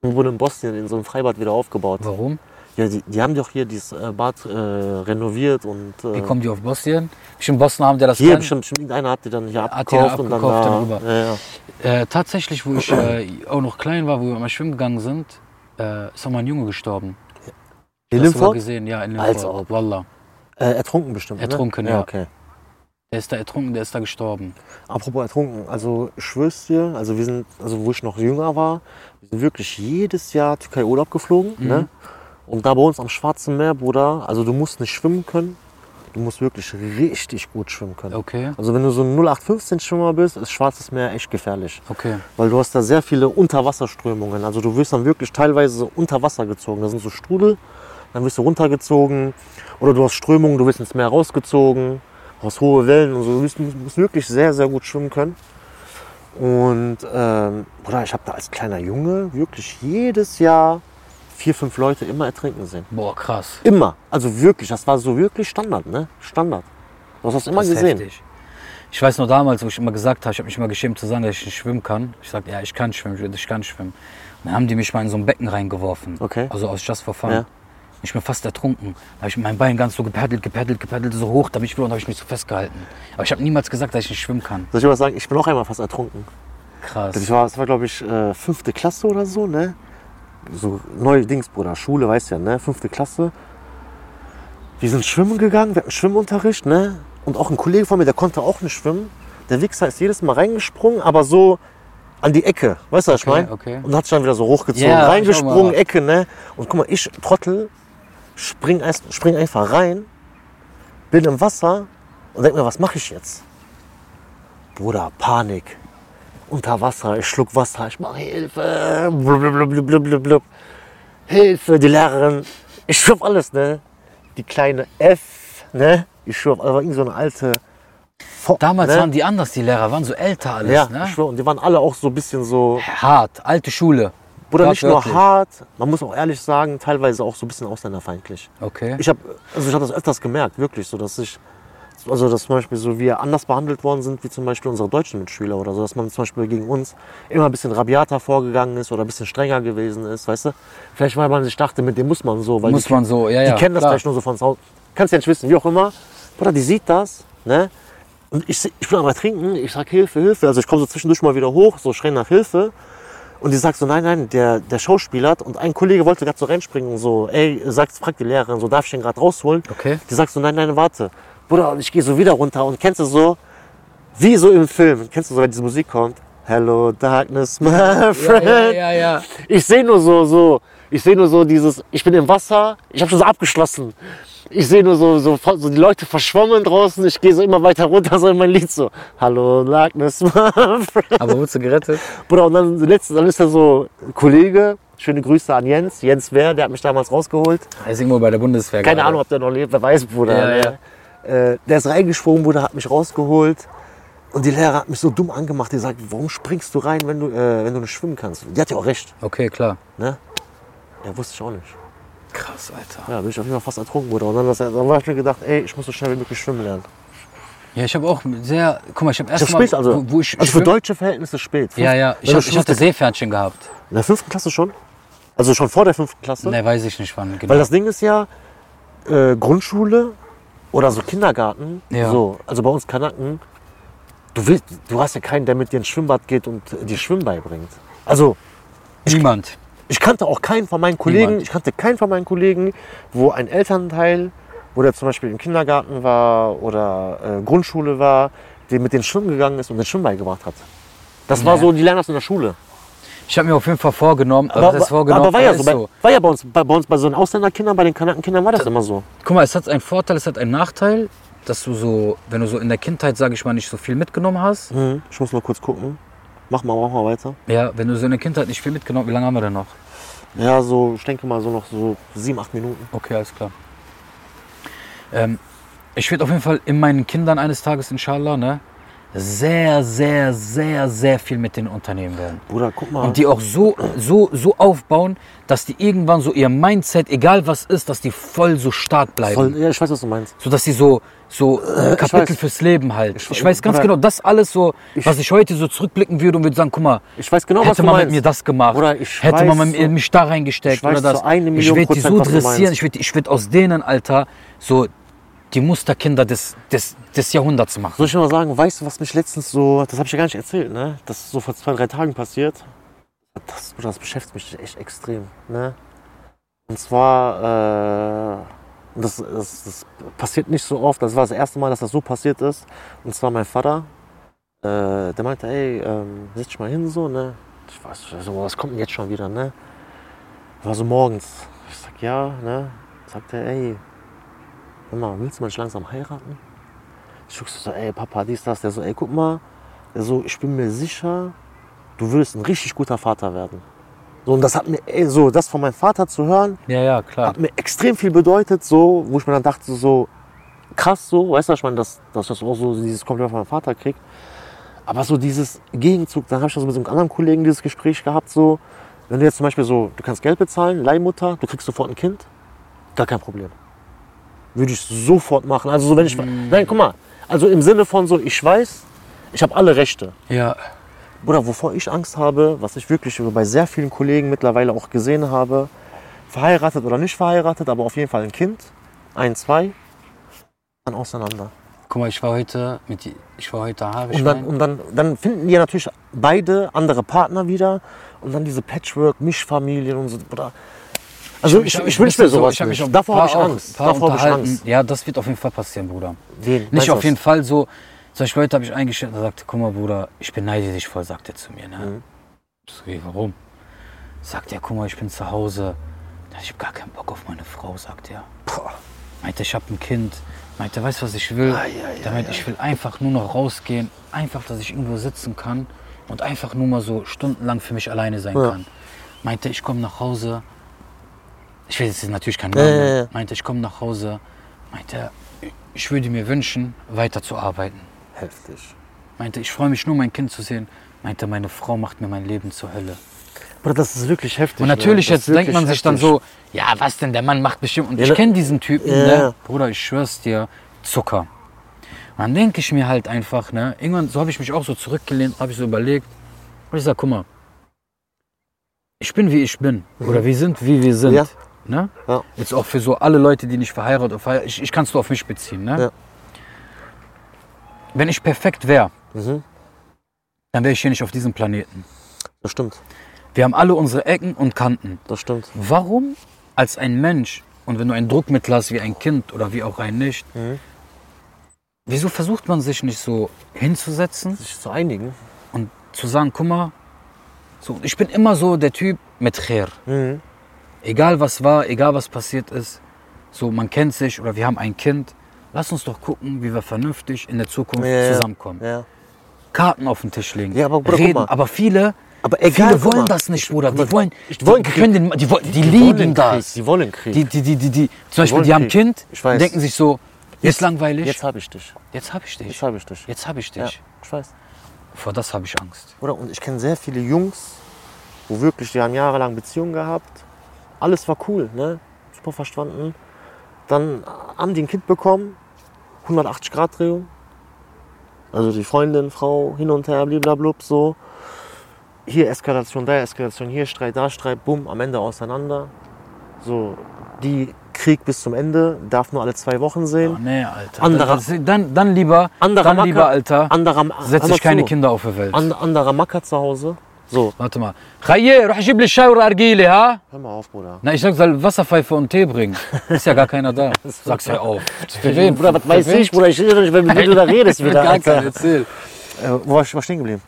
und wurden in Bosnien in so einem Freibad wieder aufgebaut.
Warum?
Ja, die, die haben doch hier dieses äh, Bad äh, renoviert und äh,
Wie kommen die auf Bosnien? Bestimmt Bosnien haben der das
hier
kann.
bestimmt, bestimmt irgendeiner hat die dann hier
Hat die
abgekauft
dann
und dann
abgekauft
da.
und rüber.
Ja, ja.
Äh, tatsächlich, wo ich äh, auch noch klein war, wo wir mal schwimmen gegangen sind, äh, ist auch mal ein Junge gestorben.
In
Hast du mal
Limford?
gesehen, ja, in
Als
Limford.
ob.
Wallah.
Äh, ertrunken bestimmt.
Ertrunken,
ne?
ja.
okay.
Der ist da ertrunken, der ist da gestorben.
Apropos ertrunken, also ich schwör's dir, also wir sind, also wo ich noch jünger war, wir sind wirklich jedes Jahr Türkei Urlaub geflogen,
Mhm.
ne? Und da bei uns am Schwarzen Meer, Bruder, also du musst nicht schwimmen können, du musst wirklich richtig gut schwimmen können.
Okay,
Also wenn du so ein 0815-Schwimmer bist, ist Schwarzes Meer echt gefährlich,
okay.
weil du hast da sehr viele Unterwasserströmungen, also du wirst dann wirklich teilweise so unter Wasser gezogen, da sind so Strudel, dann wirst du runtergezogen oder du hast Strömungen, du wirst ins Meer rausgezogen, du hast hohe Wellen und so. Du musst, musst wirklich sehr, sehr gut schwimmen können. Und ähm, Bruder, ich habe da als kleiner Junge wirklich jedes Jahr vier, fünf Leute immer ertrinken sehen.
Boah, krass.
Immer. Also wirklich, das war so wirklich Standard, ne? Standard. Du hast das immer
Das ist
gesehen.
heftig. Ich weiß noch damals, wo ich immer gesagt habe, ich habe mich immer geschämt zu sagen, dass ich nicht schwimmen kann. Ich sagte, ja, ich kann schwimmen, ich kann schwimmen. Und dann haben die mich mal in so ein Becken reingeworfen.
Okay.
Also aus Just for Fun.
Ja.
Ich bin fast ertrunken. Da habe ich mit meinem Bein ganz so gepaddelt, gepaddelt, gepaddelt, so hoch, damit ich will und habe ich mich so festgehalten. Aber ich habe niemals gesagt, dass ich nicht schwimmen kann.
Soll ich dir was sagen? Ich bin auch einmal fast ertrunken. Das
Krass.
war, das war glaube ich, äh, fünfte Klasse oder so, ne? So neue Dings, Bruder. Schule, weißt ja, ne? Fünfte Klasse. Wir sind schwimmen gegangen, wir hatten Schwimmunterricht, ne? Und auch ein Kollege von mir, der konnte auch nicht schwimmen. Der Wichser ist jedes Mal reingesprungen, aber so an die Ecke. Weißt du,
Okay,
was ich meine?
okay.
Und hat sich dann wieder so hochgezogen.
Ja, hab ich auch mal
Reingesprungen,
gemacht.
Ecke, ne? Und guck mal, ich, Trottel, spring, erst- spring einfach rein, bin im Wasser und denk mir, was mache ich jetzt? Bruder, Panik unter Wasser, ich schluck Wasser, ich mache Hilfe, blub, blub, blub, blub, blub, blub, blub. Hilfe, die Lehrerin, ich schwör auf alles, ne? Die kleine F, ne? Ich schwör auf, aber irgend so eine alte Vor-
Damals
ne?
waren die anders, die Lehrer, waren so älter alles,
Ja, ich
ne?
schwör, und die waren alle auch so ein bisschen so,
Hart, alte Schule.
oder nicht nur
Wortwörtlich.
hart, man muss auch ehrlich sagen, teilweise auch so ein bisschen ausländerfeindlich.
Okay.
Ich habe also ich hab das öfters gemerkt, wirklich, so dass ich, also dass zum Beispiel so wir anders behandelt worden sind, wie zum Beispiel unsere deutschen Mitschüler oder so, dass man zum Beispiel gegen uns immer ein bisschen rabiater vorgegangen ist oder ein bisschen strenger gewesen ist, weißt du? Vielleicht weil man sich dachte, mit dem muss man so, weil
Muss
die,
man so, ja,
die
ja,
kennen das
klar.
vielleicht nur so von zu Hause. Kannst ja nicht wissen, wie auch immer. Bruder, die sieht das, ne? Und ich, ich bin aber trinken, ich sag Hilfe, Hilfe. Also ich komme so zwischendurch mal wieder hoch, so schrei nach Hilfe. Und die sagt so, nein, nein, der, der Schauspieler hat. Und ein Kollege wollte gerade so reinspringen und so, ey, sagt, fragt die Lehrerin, so, darf ich den gerade rausholen?
Okay.
Die sagt so, nein, nein, warte. Bruder, und ich gehe so wieder runter und kennst du so, wie so im Film, kennst du so, wenn diese Musik kommt? Hello, Darkness, my friend.
ja, ja, ja.
Ich sehe nur so, so, ich sehe nur so dieses, ich bin im Wasser, ich habe schon so abgeschlossen. Ich sehe nur so, so, so die Leute verschwommen draußen, ich gehe so immer weiter runter, so in mein Lied so, Hello, Darkness, my friend.
Aber wurdest du gerettet?
Bruder, und dann letztens, dann ist da so ein Kollege, schöne Grüße an Jens, Jens Wer, der hat mich damals rausgeholt.
Er ist irgendwo bei der Bundeswehr.
Keine
gerade.
Ahnung, ob der noch lebt, wer weiß, Bruder.
Ja,
ne? Äh, der ist reingeschwommen, Bruder, hat mich rausgeholt. Und die Lehrer hat mich so dumm angemacht, die sagt, warum springst du rein, wenn du, äh, wenn du nicht schwimmen kannst? Die hat ja auch recht,
Okay, klar.
ne? Ja, wusste ich auch nicht.
Krass, Alter.
Ja, bin ich auf jeden Fall fast ertrunken, Bruder. Und dann, das, dann habe ich mir gedacht, ey, ich muss so schnell wie möglich schwimmen lernen.
Ja, ich habe auch sehr. Guck mal, ich habe
Ich hab
erst mal,
spät, also,
wo, wo ich
also für
schwimm-
deutsche Verhältnisse spät.
Ja, ja.
Wenn
Ich,
du
hab, ich
schwimmst,
hatte Seepferdchen gehabt.
in der fünften Klasse schon? Also schon vor der fünften Klasse?
Ne, weiß ich nicht wann. Genau.
Weil das Ding ist ja, äh, Grundschule oder so Kindergarten,
Ja.
so, also bei uns Kanaken, du, willst, du hast ja keinen, der mit dir ins Schwimmbad geht und dir Schwimmen beibringt. Also
Niemand.
ich kannte auch keinen von meinen Kollegen,
Niemand.
ich kannte keinen von meinen Kollegen, wo ein Elternteil, wo der zum Beispiel im Kindergarten war oder äh, Grundschule war, der mit den Schwimmen gegangen ist und den Schwimmen beigebracht hat. Das war
Ja.
so, die lernen das in der Schule.
Ich habe mir auf jeden Fall vorgenommen. Aber, das vorgenommen.
aber war ja
ist
so, bei, war ja bei uns, bei, bei uns, bei so den Ausländerkindern, bei den Kanakenkindern war das immer so.
Guck mal, es hat einen Vorteil, es hat einen Nachteil, dass du so, wenn du so in der Kindheit, sage ich mal, nicht so viel mitgenommen hast.
Hm, Ich muss mal kurz gucken. Mach mal, mach mal weiter.
Ja, wenn du so in der Kindheit nicht viel mitgenommen, wie lange haben wir denn noch?
Ja, so, ich denke mal so noch so sieben, acht Minuten.
Okay, alles klar. Ähm, ich werde auf jeden Fall in meinen Kindern eines Tages, inshallah, ne, sehr, sehr, sehr, sehr viel mit denen unternehmen werden.
Bruder, guck mal.
Und die auch so, so, so aufbauen, dass die irgendwann so ihr Mindset, egal was ist, dass die voll so stark bleiben.
voll, ja, ich weiß, was du meinst.
So dass sie so, so äh, Kapitel
weiß.
fürs Leben halt. Ich,
Ich-
weiß ganz
Bruder,
genau, das alles so,
ich-
was ich heute so zurückblicken würde und würde sagen, guck mal,
Ich weiß genau, was
hätte
du
man
meinst.
mit mir das gemacht,
Bruder, ich
hätte man
weiß
mit mir-
so-
mich da reingesteckt
ich weiß
oder das.
zu einem
ich
Million
werde die so
Prozent, was du
dressieren,
meinst.
ich werde ich werd aus denen, Alter, so die Musterkinder des, des, des Jahrhunderts machen.
Soll ich dir mal sagen, weißt du, was mich letztens so, das habe ich ja gar nicht erzählt, ne? Das ist so vor zwei, drei Tagen passiert. Das, Bruder, das beschäftigt mich echt extrem, ne? Und zwar, äh, und das, das, das passiert nicht so oft. Das war das erste Mal, dass das so passiert ist. Und zwar mein Vater, äh, der meinte, ey, ähm, setz dich mal hin so, ne? Ich weiß, ich so, was kommt denn jetzt schon wieder, ne? War so morgens. Ich sag, ja, ne? Sagt er, ey, hör mal, willst du mal nicht langsam heiraten? Ich guck so, ey, Papa, dies, das. Der so, ey, guck mal. Der so, ich bin mir sicher, du würdest ein richtig guter Vater werden. So, und das hat mir, ey, so, das von meinem Vater zu hören,
Ja, ja, klar.
hat mir extrem viel bedeutet, so, wo ich mir dann dachte, so, krass, so, weißt du, ich meine, dass, dass ich das auch so dieses Kompliment von meinem Vater krieg. Aber so dieses Gegenzug, dann habe ich das mit so einem anderen Kollegen dieses Gespräch gehabt, so, wenn du jetzt zum Beispiel so, du kannst Geld bezahlen, Leihmutter, du kriegst sofort ein Kind, gar kein Problem. Würde ich sofort machen. Also so, wenn ich, nein, guck mal, also im Sinne von so, ich weiß, ich habe alle Rechte.
Ja,
Bruder, wovor ich Angst habe, was ich wirklich bei sehr vielen Kollegen mittlerweile auch gesehen habe, verheiratet oder nicht verheiratet, aber auf jeden Fall ein Kind, ein, zwei, dann auseinander.
guck mal, ich war heute mit, die- ich war heute Haare
Und dann,
schneiden.
und dann, dann finden die ja natürlich beide andere Partner wieder und dann diese Patchwork-Mischfamilien und so. Bruder. Also ich, ich, wünsche mir sowas
hab mich
nicht.
auch-
um- Davor
paar
habe ich
auch-
Angst.
paar
Davor habe ich
unterhalten.
Angst.
Ja, das wird auf jeden Fall passieren, Bruder.
Wen? Weißt
Nicht
du
auf
was?
jeden Fall so. Zum Beispiel heute habe ich eingestellt und sagte, guck mal Bruder, ich beneide dich voll, sagt er zu mir. Ne?
Mhm.
Ich so, wie, warum? Sagt er, guck mal, ich bin zu Hause. Ich habe gar keinen Bock auf meine Frau, sagt er.
Boah.
Meinte, ich habe ein Kind. Meinte, weißt du, was ich will? Damit ich will einfach nur noch rausgehen. Einfach, dass ich irgendwo sitzen kann und einfach nur mal so stundenlang für mich alleine sein kann. Meinte, ich komme nach Hause. Ich will jetzt natürlich keinen Namen.
ja,
nennen.
ja.
Meinte, ich komme nach Hause. Meinte, ich würde mir wünschen, weiterzuarbeiten.
Heftig.
Meinte, ich freue mich nur, mein Kind zu sehen. Meinte, meine Frau macht mir mein Leben zur Hölle.
Bruder, das ist wirklich heftig.
Und
ne?
natürlich
Das
jetzt
ist
denkt
wirklich
man sich dann
heftig.
so, ja, was denn, der Mann macht bestimmt. Und
Ja,
ich
da-
kenne diesen Typen,
Ja,
ne?
ja.
Bruder, ich schwör's dir, Zucker. Und dann denke ich mir halt einfach, ne, irgendwann, so habe ich mich auch so zurückgelehnt, habe ich so überlegt. Und ich sag, guck mal, ich bin wie ich bin. Oder wir sind wie wir sind.
Mhm. Ja.
Ne?
Ja.
Jetzt auch für so alle Leute, die nicht verheiratet oder verheiratet, ich, ich kann es nur auf mich beziehen. Ne?
Ja.
Wenn ich perfekt wäre,
Mhm.
dann wäre ich hier nicht auf diesem Planeten.
Das stimmt,
Wir haben alle unsere Ecken und Kanten.
das stimmt.
Warum als ein Mensch und wenn du ein Druckmittel hast wie ein Kind oder wie auch ein nicht,
Mhm.
wieso versucht man sich nicht so hinzusetzen
Sich zu einigen.
und zu sagen, guck mal, so, ich bin immer so der Typ mit Khair.
Mhm.
Egal was war, egal was passiert ist, so man kennt sich oder wir haben ein Kind. Lass uns doch gucken, wie wir vernünftig in der Zukunft
Ja, ja.
zusammenkommen.
Ja.
Karten auf den Tisch legen,
Ja, aber Bruder, guck
reden.
mal.
Aber viele,
Aber egal,
viele
guck
wollen
mal.
das nicht, Bruder. Die
guck mal,
wollen,
die wollen
die, können den, die, wollen- die,
Die
lieben
wollen
das.
Krieg. Die wollen Krieg.
Die, die, die, die, die, zum Beispiel,
wollen
die haben ein
Krieg.
Kind,
Ich weiß.
denken sich so, jetzt ist langweilig,
Jetzt
jetzt,
habe ich dich.
habe ich dich.
Jetzt habe ich dich.
Jetzt hab ich
Ja,
dich.
ich weiß.
Vor das habe ich Angst.
Oder? Und ich kenne sehr viele Jungs, wo wirklich, die haben jahrelang Beziehungen gehabt. Alles war cool, ne? Super verstanden. Dann haben die ein Kind bekommen, 180-Grad-Drehung. Also die Freundin, Frau, hin und her, blablabla, so. Hier Eskalation, da Eskalation, hier Streit, da Streit, bumm, am Ende auseinander. So, die Krieg bis zum Ende, darf nur alle zwei Wochen
Oh,
sehen.
nee, Alter.
Anderer-
dann, dann, dann lieber,
Anderer
dann
Macker,
lieber, Alter,
Anderer, hör
setze
mal
ich keine
zu.
Kinder auf die Welt.
And, anderer Macker zu Hause. So,
Warte mal. Khayyeh, ruh gib li Schei oder Argile, ha?
hör mal auf, Bruder.
Na, ich sag, soll Wasserpfeife und Tee bringen. Ist ja gar keiner da. Sag's ja auf. Für wen?
Bruder, was
Für
weiß
wen?
ich, Bruder? Ich rede doch nicht, wenn wenn du da redest wieder.
Gar kein,
Alter.
erzähl.
Äh, wo war ich war stehen geblieben?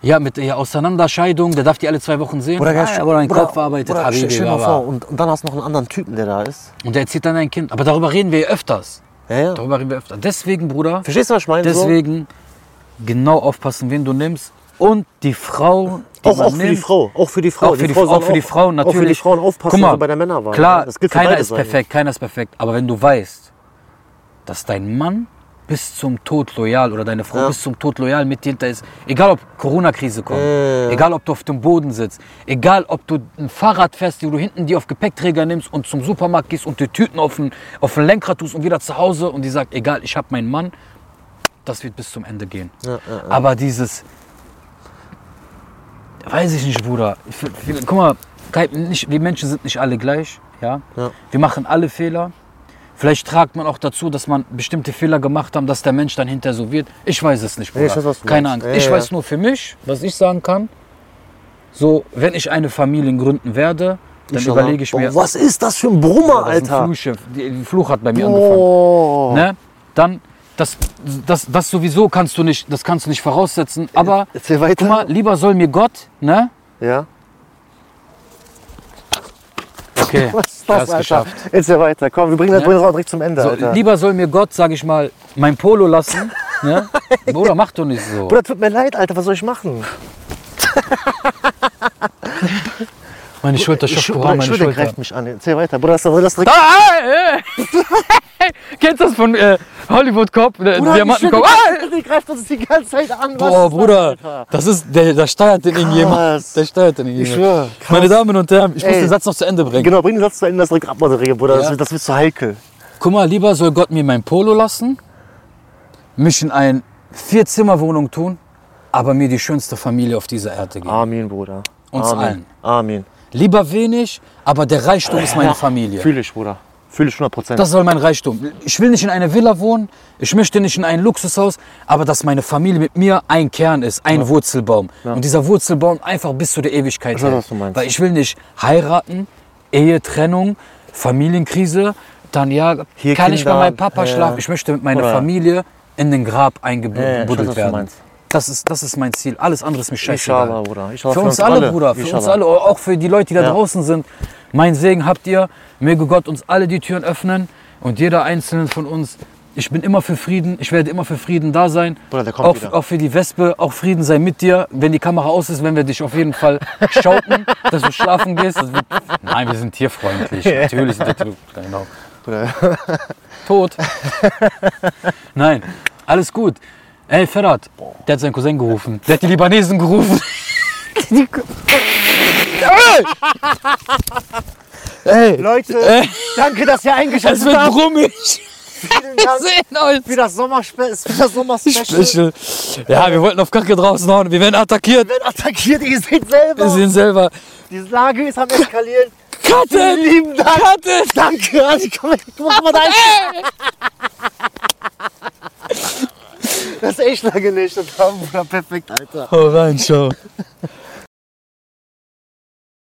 Ja, mit der Auseinanderscheidung, der darf die alle zwei Wochen sehen. ah, aber dein Kopf arbeitet,
Bruder,
Habibi,
stell- stell mal
Baba.
vor, und, und dann hast du noch einen anderen Typen, der da ist.
Und der erzieht dann ein Kind. Aber darüber reden wir ja öfters.
Ja, ja.
Darüber reden wir öfter. Deswegen, Bruder,
Verstehst du, was ich meine?
deswegen genau aufpassen, wen du nimmst. Und die Frau, die
so?
man
auch, auch für die
nimmt,
Frau. Auch für die Frau.
Auch für die,
Frau
Frau
soll
auch für die Frauen natürlich.
Auch für die Frauen aufpassen,
Guck mal,
so bei der Männerwahl. ne?
Klar,
das gilt für
keiner
beides
ist perfekt, keiner ist perfekt. Aber wenn du weißt, dass dein Mann bis zum Tod loyal oder deine Frau
Ja.
bis zum Tod loyal mit dir hinter ist, egal ob Corona-Krise kommt,
Ja.
egal ob du auf dem Boden sitzt, egal ob du ein Fahrrad fährst, die du hinten dir auf Gepäckträger nimmst und zum Supermarkt gehst und die Tüten auf den, auf den Lenkrad tust und wieder zu Hause und die sagt, egal, ich habe meinen Mann, das wird bis zum Ende gehen.
Ja, ja, ja.
Aber dieses, weiß ich nicht, Bruder. F- f- Guck mal, kein- nicht, die Menschen sind nicht alle gleich. Ja?
Ja.
Wir machen alle Fehler. Vielleicht tragt man auch dazu, dass man bestimmte Fehler gemacht haben, dass der Mensch dann hinter so wird. Ich weiß es nicht, Bruder.
ich weiß, was du
Keine Angst.
meinst. Ja,
ich
ja.
weiß nur für mich, was ich sagen kann. So, wenn ich eine Familie gründen werde, dann
Inshallah.
überlege ich mir.
Boah, was ist das für ein Brummer,
das ist ein
Alter?
Fluchschiff. Die- Ein Fluch hat bei mir angefangen
Boah.
ne? dann das, das, das sowieso kannst du nicht, das kannst du nicht voraussetzen. Aber
Erzähl weiter.
guck mal, lieber soll mir Gott, ne?
Ja.
Okay,
Was ist
er
das,
hat's
Alter?
geschafft.
Jetzt ja weiter. Komm, wir bringen das
Ja.
Bruder auch direkt zum Ende,
So,
Alter.
lieber soll mir Gott, sag ich mal, mein Polo lassen. Ne? Bruder, mach doch nicht so.
Bruder, tut mir leid, Alter. Was soll ich machen?
Meine Schulter
Ich,
schockt,
Bruder,
meine
ich Schulter
Schulter.
greift mich an. Erzähl weiter. Bruder, das, das direkt...
Ah, äh, äh. Kennst du das von äh, Hollywood Cop, der Diamantenkopf? Ah, äh.
Die greift uns die ganze Zeit an.
Boah, Bruder, das ist, der, der steuert den irgendjemand. Der steuert den irgendjemand.
schwöre,
Meine Damen und Herren, ich muss
Ey.
den Satz noch zu Ende bringen.
Genau, bring den Satz zu Ende, das direkt abmoderieren, Bruder.
Ja.
Das, das wird zu heikel.
Guck mal, lieber soll Gott mir mein Polo lassen, mich in eine Vier-Zimmer-Wohnung tun, aber mir die schönste Familie auf dieser Erde geben.
Amen, Bruder.
Uns
Amen.
allen.
Amen.
Lieber wenig, aber der Reichtum ist meine
Ja,
Familie.
Fühle ich, Bruder. Fühle ich 100 Prozent.
Das soll mein Reichtum. Ich will nicht in einer Villa wohnen, ich möchte nicht in einem Luxushaus, aber dass meine Familie mit mir ein Kern ist, ein Wurzelbaum. Und dieser Wurzelbaum einfach bis zu der Ewigkeit
weiß,
hält.
was du meinst.
Weil ich will nicht heiraten, Ehe, Trennung, Familienkrise, dann ja,
Hier
kann ich bei
Kinder,
meinem Papa
ja, ja.
schlafen, ich möchte mit meiner
Oder-
Familie in den Grab
Ja, ja, ich weiß,
eingebuddelt
was du
werden.
meinst.
Das ist, das ist mein Ziel. Alles andere ist mir scheißegal.
Inshallah, Bruder. Inshallah
Für uns alle, Bruder, für
Inshallah.
uns alle, auch für die Leute, die da
Ja.
draußen sind. Mein Segen habt ihr. Möge Gott uns alle die Türen öffnen und jeder einzelne von uns. Ich bin immer für Frieden, ich werde immer für Frieden da sein.
Bruder, der kommt
auch,
wieder.
auch für die Wespe, auch Frieden sei mit dir. Wenn die Kamera aus ist, werden wir dich auf jeden Fall schauken, dass du schlafen gehst. Das wird, nein, wir sind tierfreundlich. Natürlich sind wir tier- genau. Tot. Nein, alles gut. Äh, Ey, Ferhat, der hat seinen Cousin gerufen. Der hat die Libanesen gerufen.
Ey, Leute,
Ey.
danke, dass ihr eingeschaltet
Äh. Es wird
habt.
brummig.
Vielen Dank
Sehen euch.
für das Sommerspecial. Für das Sommerspecial.
Special. Ja, wir wollten auf Kacke draußen hauen. Wir werden attackiert.
Wird attackiert, ihr
Wir
seht selber.
sehen selber.
Die Lage ist am eskalieren.
Cutten!
Lieben Dank.
Cutten!
Danke, also komm, du mach mal dein. Das ist echt lange nicht. Das haben wir perfekt, Alter.
Hau rein, schau.